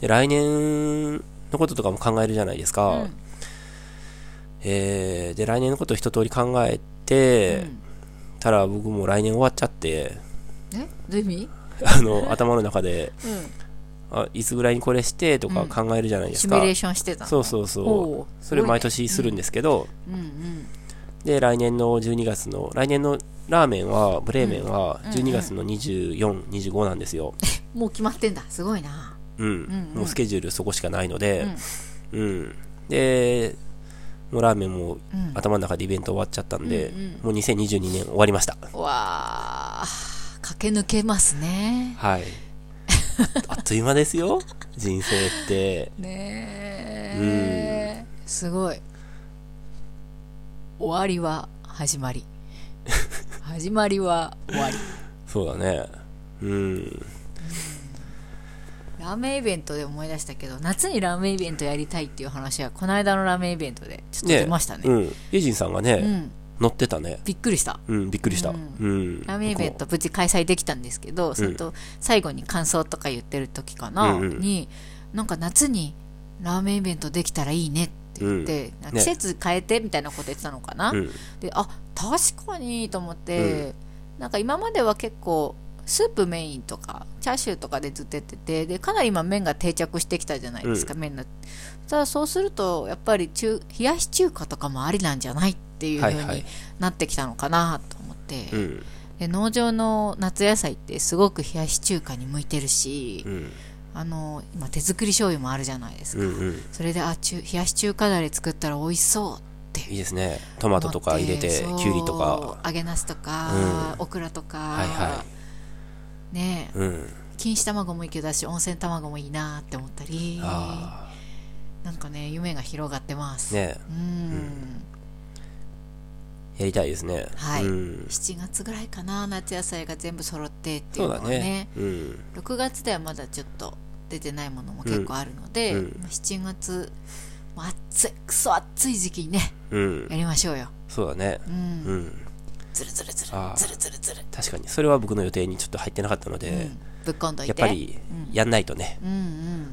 [SPEAKER 2] で、来年のこととかも考えるじゃないですか。
[SPEAKER 1] うん
[SPEAKER 2] えー、で、来年のことを一通り考えて、たら僕もう来年終わっちゃって、
[SPEAKER 1] えどういう意味、
[SPEAKER 2] あの、頭の中で、
[SPEAKER 1] うん、
[SPEAKER 2] あ、いつぐらいにこれしてとか考えるじゃないです
[SPEAKER 1] シ
[SPEAKER 2] か。
[SPEAKER 1] ミュレーションしてたの
[SPEAKER 2] そうそう
[SPEAKER 1] おう
[SPEAKER 2] そう。それ毎年するんですけど、
[SPEAKER 1] うんうん
[SPEAKER 2] で、来年の12月の、来年のラーメンは、ブレーメンは、12月の24、25なんですよ。
[SPEAKER 1] もう決まってんだすごいな
[SPEAKER 2] うん。
[SPEAKER 1] んうん
[SPEAKER 2] もうスケジュールそこしかないので、うん。で、もうラーメンも頭の中でイベント終わっちゃったんで、もう2022年終わりました。
[SPEAKER 1] わあ駆け抜けますね。
[SPEAKER 2] はい。あっという間ですよ、人生って。
[SPEAKER 1] ねえ、すごい。終わりは始まり。始まりは終わり。
[SPEAKER 2] そうだね。うん。
[SPEAKER 1] ラーメンイベントで思い出したけど、夏にラーメンイベントやりたいっていう話は、この間のラーメンイベントでちょっと出ましたね。
[SPEAKER 2] うん。ユジンさんがね、
[SPEAKER 1] うん
[SPEAKER 2] 乗ってたね。
[SPEAKER 1] びっくりした。
[SPEAKER 2] うん、びっくりした。うん。
[SPEAKER 1] ラーメンイベント無事開催できたんですけど、それと最後に感想とか言ってる時かな、
[SPEAKER 2] うんうん
[SPEAKER 1] になんか夏にラーメンイベントできたらいいねって言って、
[SPEAKER 2] うん
[SPEAKER 1] 季節変えてみたいなこと言ってたのかな、
[SPEAKER 2] うん
[SPEAKER 1] であ確かにと思って、なんか今までは結構スープメインとかチャーシューとかでずっとやっててでかなり今麺が定着してきたじゃないですか、麺のただそうするとやっぱり中冷やし中華とかもありなんじゃないっていうふう
[SPEAKER 2] はいはい
[SPEAKER 1] になってきたのかなと思って、
[SPEAKER 2] うん。うん。
[SPEAKER 1] で農場の夏野菜ってすごく冷やし中華に向いてるし、
[SPEAKER 2] うん。
[SPEAKER 1] あの今手作り醤油もあるじゃないです
[SPEAKER 2] う
[SPEAKER 1] か、
[SPEAKER 2] ん。うん。
[SPEAKER 1] それであ中冷やし中華だれ作ったら美味しそうって
[SPEAKER 2] いいですね。トマトとか入れて、きゅ
[SPEAKER 1] そう
[SPEAKER 2] うりとか。
[SPEAKER 1] 揚げなすとか、
[SPEAKER 2] う
[SPEAKER 1] オクラとか、
[SPEAKER 2] はいは
[SPEAKER 1] ねえ
[SPEAKER 2] うん。
[SPEAKER 1] 錦糸卵もいいけどだし温泉卵もいいなって思ったり
[SPEAKER 2] あ
[SPEAKER 1] なんかね夢が広がってます、
[SPEAKER 2] あ。ね
[SPEAKER 1] うん、
[SPEAKER 2] やりたいですね。
[SPEAKER 1] はい、
[SPEAKER 2] うん。
[SPEAKER 1] 7月ぐらいかな夏野菜が全部揃ってってい
[SPEAKER 2] そうう
[SPEAKER 1] の
[SPEAKER 2] だ
[SPEAKER 1] は
[SPEAKER 2] ね。うん。
[SPEAKER 1] 6月ではまだちょっと出てないものも結構あるので、
[SPEAKER 2] うんうん
[SPEAKER 1] まあ7月もう暑いクソ暑い時期にね
[SPEAKER 2] うん
[SPEAKER 1] や。りましょうよ
[SPEAKER 2] そうだね。
[SPEAKER 1] うん
[SPEAKER 2] うん。
[SPEAKER 1] ズルズルズル
[SPEAKER 2] あー
[SPEAKER 1] ズルズルズル
[SPEAKER 2] 確かに。それは僕の予定にちょっと入ってなかったので、
[SPEAKER 1] ぶっこんどいて
[SPEAKER 2] やっぱり、やんないとね。
[SPEAKER 1] うんうん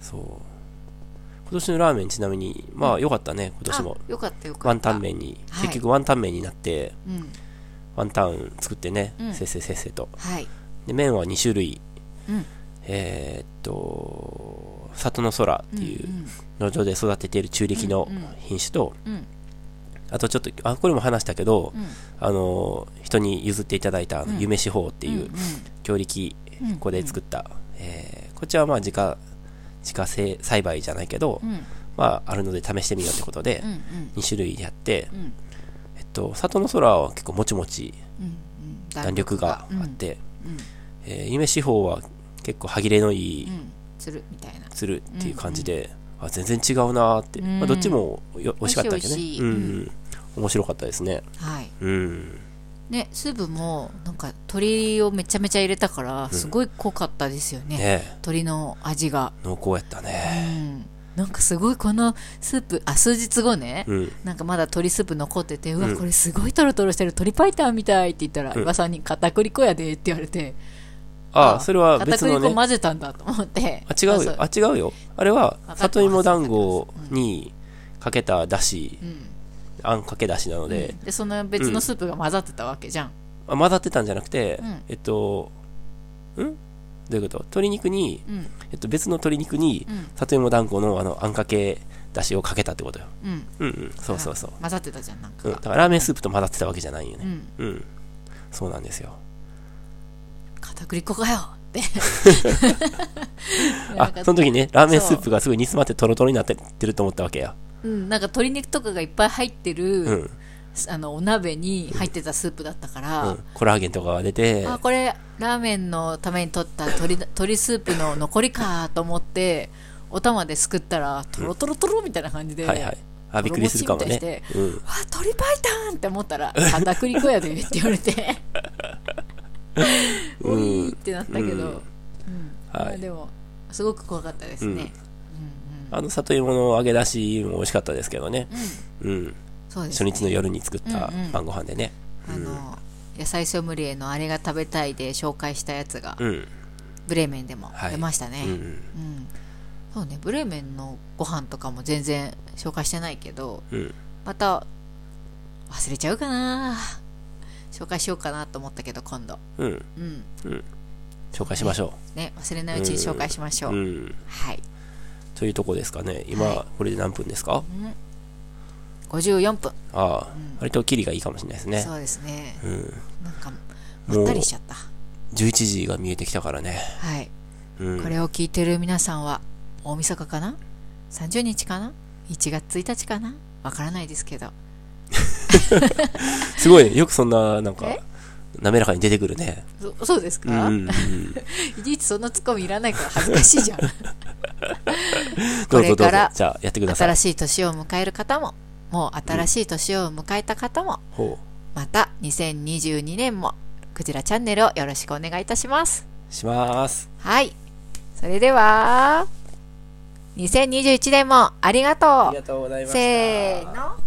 [SPEAKER 2] そう。今年のラーメンちなみに、まあ良かったね、今年も。
[SPEAKER 1] あよかったよかった
[SPEAKER 2] ワンタン麺に、
[SPEAKER 1] はい
[SPEAKER 2] 結局ワンタン麺になって、
[SPEAKER 1] うん
[SPEAKER 2] ワンタン作ってね、
[SPEAKER 1] うん
[SPEAKER 2] せっせせっせと。
[SPEAKER 1] はい
[SPEAKER 2] で、麺は2種類。
[SPEAKER 1] うん
[SPEAKER 2] えーっと、里の空っていう
[SPEAKER 1] うん
[SPEAKER 2] 農場で育てている中力の
[SPEAKER 1] うんうん
[SPEAKER 2] 品種と、
[SPEAKER 1] うん
[SPEAKER 2] あとちょっと、あ、これも話したけど、
[SPEAKER 1] うん
[SPEAKER 2] あの、人に譲っていただいた、あの
[SPEAKER 1] うん
[SPEAKER 2] 夢四方ってい
[SPEAKER 1] う
[SPEAKER 2] う、
[SPEAKER 1] ん
[SPEAKER 2] 強力
[SPEAKER 1] うん
[SPEAKER 2] ここで作った、えーこっちはまあ自家自家製栽培じゃないけど、
[SPEAKER 1] うん
[SPEAKER 2] まああるので試してみようってことで、
[SPEAKER 1] うんうん
[SPEAKER 2] 2種類やって、
[SPEAKER 1] うん
[SPEAKER 2] えっと里の空は結構もちもち
[SPEAKER 1] うんうん
[SPEAKER 2] 弾力があって、
[SPEAKER 1] うんうん
[SPEAKER 2] えー夢四方は結構歯切れのいい
[SPEAKER 1] うんつるみたいな
[SPEAKER 2] つるっていう感じで、あ全然違うなーって、
[SPEAKER 1] うん
[SPEAKER 2] まあ、どっちもよ美味しかったけど
[SPEAKER 1] 美味
[SPEAKER 2] ね
[SPEAKER 1] しい
[SPEAKER 2] うん、
[SPEAKER 1] 美味し
[SPEAKER 2] 面白かったですね
[SPEAKER 1] はい
[SPEAKER 2] うん
[SPEAKER 1] ねスープもなんか鶏をめちゃめちゃ入れたからすごい濃かったですよね、
[SPEAKER 2] ね
[SPEAKER 1] 鶏の味が
[SPEAKER 2] 濃厚やったね
[SPEAKER 1] うんなんかすごいこのスープあ数日後ね、
[SPEAKER 2] うん
[SPEAKER 1] なんかまだ鶏スープ残ってて、うわこれすごいトロトロしてる鶏白湯みたいって言ったら、
[SPEAKER 2] ん
[SPEAKER 1] 岩さんに片栗粉やでって言われて
[SPEAKER 2] ああそれは別の
[SPEAKER 1] 片栗
[SPEAKER 2] ね
[SPEAKER 1] 粉混ぜたんだと思って
[SPEAKER 2] あ、違うよ。
[SPEAKER 1] そ
[SPEAKER 2] あ、違うよ。あれは
[SPEAKER 1] わ、かった
[SPEAKER 2] 里芋団子にかけただし、あんかけだしなので、
[SPEAKER 1] でその別のスープが混ざってたわけじゃん、
[SPEAKER 2] あ混ざってたんじゃなくて、
[SPEAKER 1] ん
[SPEAKER 2] えっと、んどういうこと鶏肉に、
[SPEAKER 1] ん
[SPEAKER 2] えっと、別の鶏肉に、里芋団子のあの、あんかけだしをかけたってことよ。
[SPEAKER 1] うん
[SPEAKER 2] うんうん、そうそうそう。
[SPEAKER 1] 混ざってたじゃんなんか
[SPEAKER 2] うん、
[SPEAKER 1] が
[SPEAKER 2] だからラーメンスープと混ざってたわけじゃないよね。うん。そうなんですよ。
[SPEAKER 1] 片栗粉かよって
[SPEAKER 2] あ、その時ね、ラーメンスープがすごい煮詰まってトロトロになってってると思ったわけや。
[SPEAKER 1] うん、なんか鶏肉とかがいっぱい入ってる、
[SPEAKER 2] うん。
[SPEAKER 1] あのお鍋に入ってたスープだったから、
[SPEAKER 2] うん。コラーゲンとかが出て、
[SPEAKER 1] あこれラーメンのために取った鶏 だ鶏スープの残りかと思ってお玉ですくったらトロトロトロみたいな感じで、
[SPEAKER 2] はいはい。あ、びっくりするかも
[SPEAKER 1] ロボチみた。い
[SPEAKER 2] ね
[SPEAKER 1] にして
[SPEAKER 2] うん。
[SPEAKER 1] わ鶏白湯って思ったら片栗粉やでって言われて おいーってなったけど、
[SPEAKER 2] うん
[SPEAKER 1] まあ
[SPEAKER 2] はい
[SPEAKER 1] でもすごく怖かったですね、
[SPEAKER 2] あの里芋の揚げ出しも美味しかったですけどね、うん
[SPEAKER 1] そうです
[SPEAKER 2] 初
[SPEAKER 1] ね
[SPEAKER 2] 日の夜に作った晩ご飯でね、
[SPEAKER 1] あの野菜ソムリエのあれが食べたいで紹介したやつが、
[SPEAKER 2] うん
[SPEAKER 1] ブレーメンでも
[SPEAKER 2] はい
[SPEAKER 1] 出ましたね、
[SPEAKER 2] うんう
[SPEAKER 1] うん
[SPEAKER 2] ん
[SPEAKER 1] そうねブレーメンのご飯とかも全然紹介してないけど
[SPEAKER 2] うん
[SPEAKER 1] また忘れちゃうかな紹介しようかなと思ったけど今度
[SPEAKER 2] うん
[SPEAKER 1] うん
[SPEAKER 2] 紹介しましょ
[SPEAKER 1] ね忘れないうちに紹介しましょ
[SPEAKER 2] う、
[SPEAKER 1] う、
[SPEAKER 2] うん、
[SPEAKER 1] はい
[SPEAKER 2] というとこですかね今、
[SPEAKER 1] は
[SPEAKER 2] これで何分ですか、
[SPEAKER 1] 54分、
[SPEAKER 2] ああ、割とキリがいいかもしれないですね
[SPEAKER 1] そうですね、
[SPEAKER 2] ん
[SPEAKER 1] なんかまったりしちゃった
[SPEAKER 2] 11時が見えてきたからね、
[SPEAKER 1] はい、
[SPEAKER 2] うん、
[SPEAKER 1] これを聞いてる皆さんは大晦日かな30日かな1月1日かなわからないですけど
[SPEAKER 2] すごいねよくそんななんか
[SPEAKER 1] え
[SPEAKER 2] 滑らかに出てくるね。
[SPEAKER 1] そそうですか、
[SPEAKER 2] うんうん
[SPEAKER 1] いちいちそんなツッコミいらないから恥ずかし いじゃんこ
[SPEAKER 2] どうぞどう
[SPEAKER 1] れ
[SPEAKER 2] ぞ。
[SPEAKER 1] から
[SPEAKER 2] じゃあ、やってくださ
[SPEAKER 1] 新。
[SPEAKER 2] い
[SPEAKER 1] しい年を迎える方ももう新しい年を迎えた方も、
[SPEAKER 2] ほ
[SPEAKER 1] また2022年もクジラチャンネルをよろしくお願いいたします
[SPEAKER 2] う。します。
[SPEAKER 1] はいそれでは2021年もありがとう
[SPEAKER 2] とうござい
[SPEAKER 1] せーの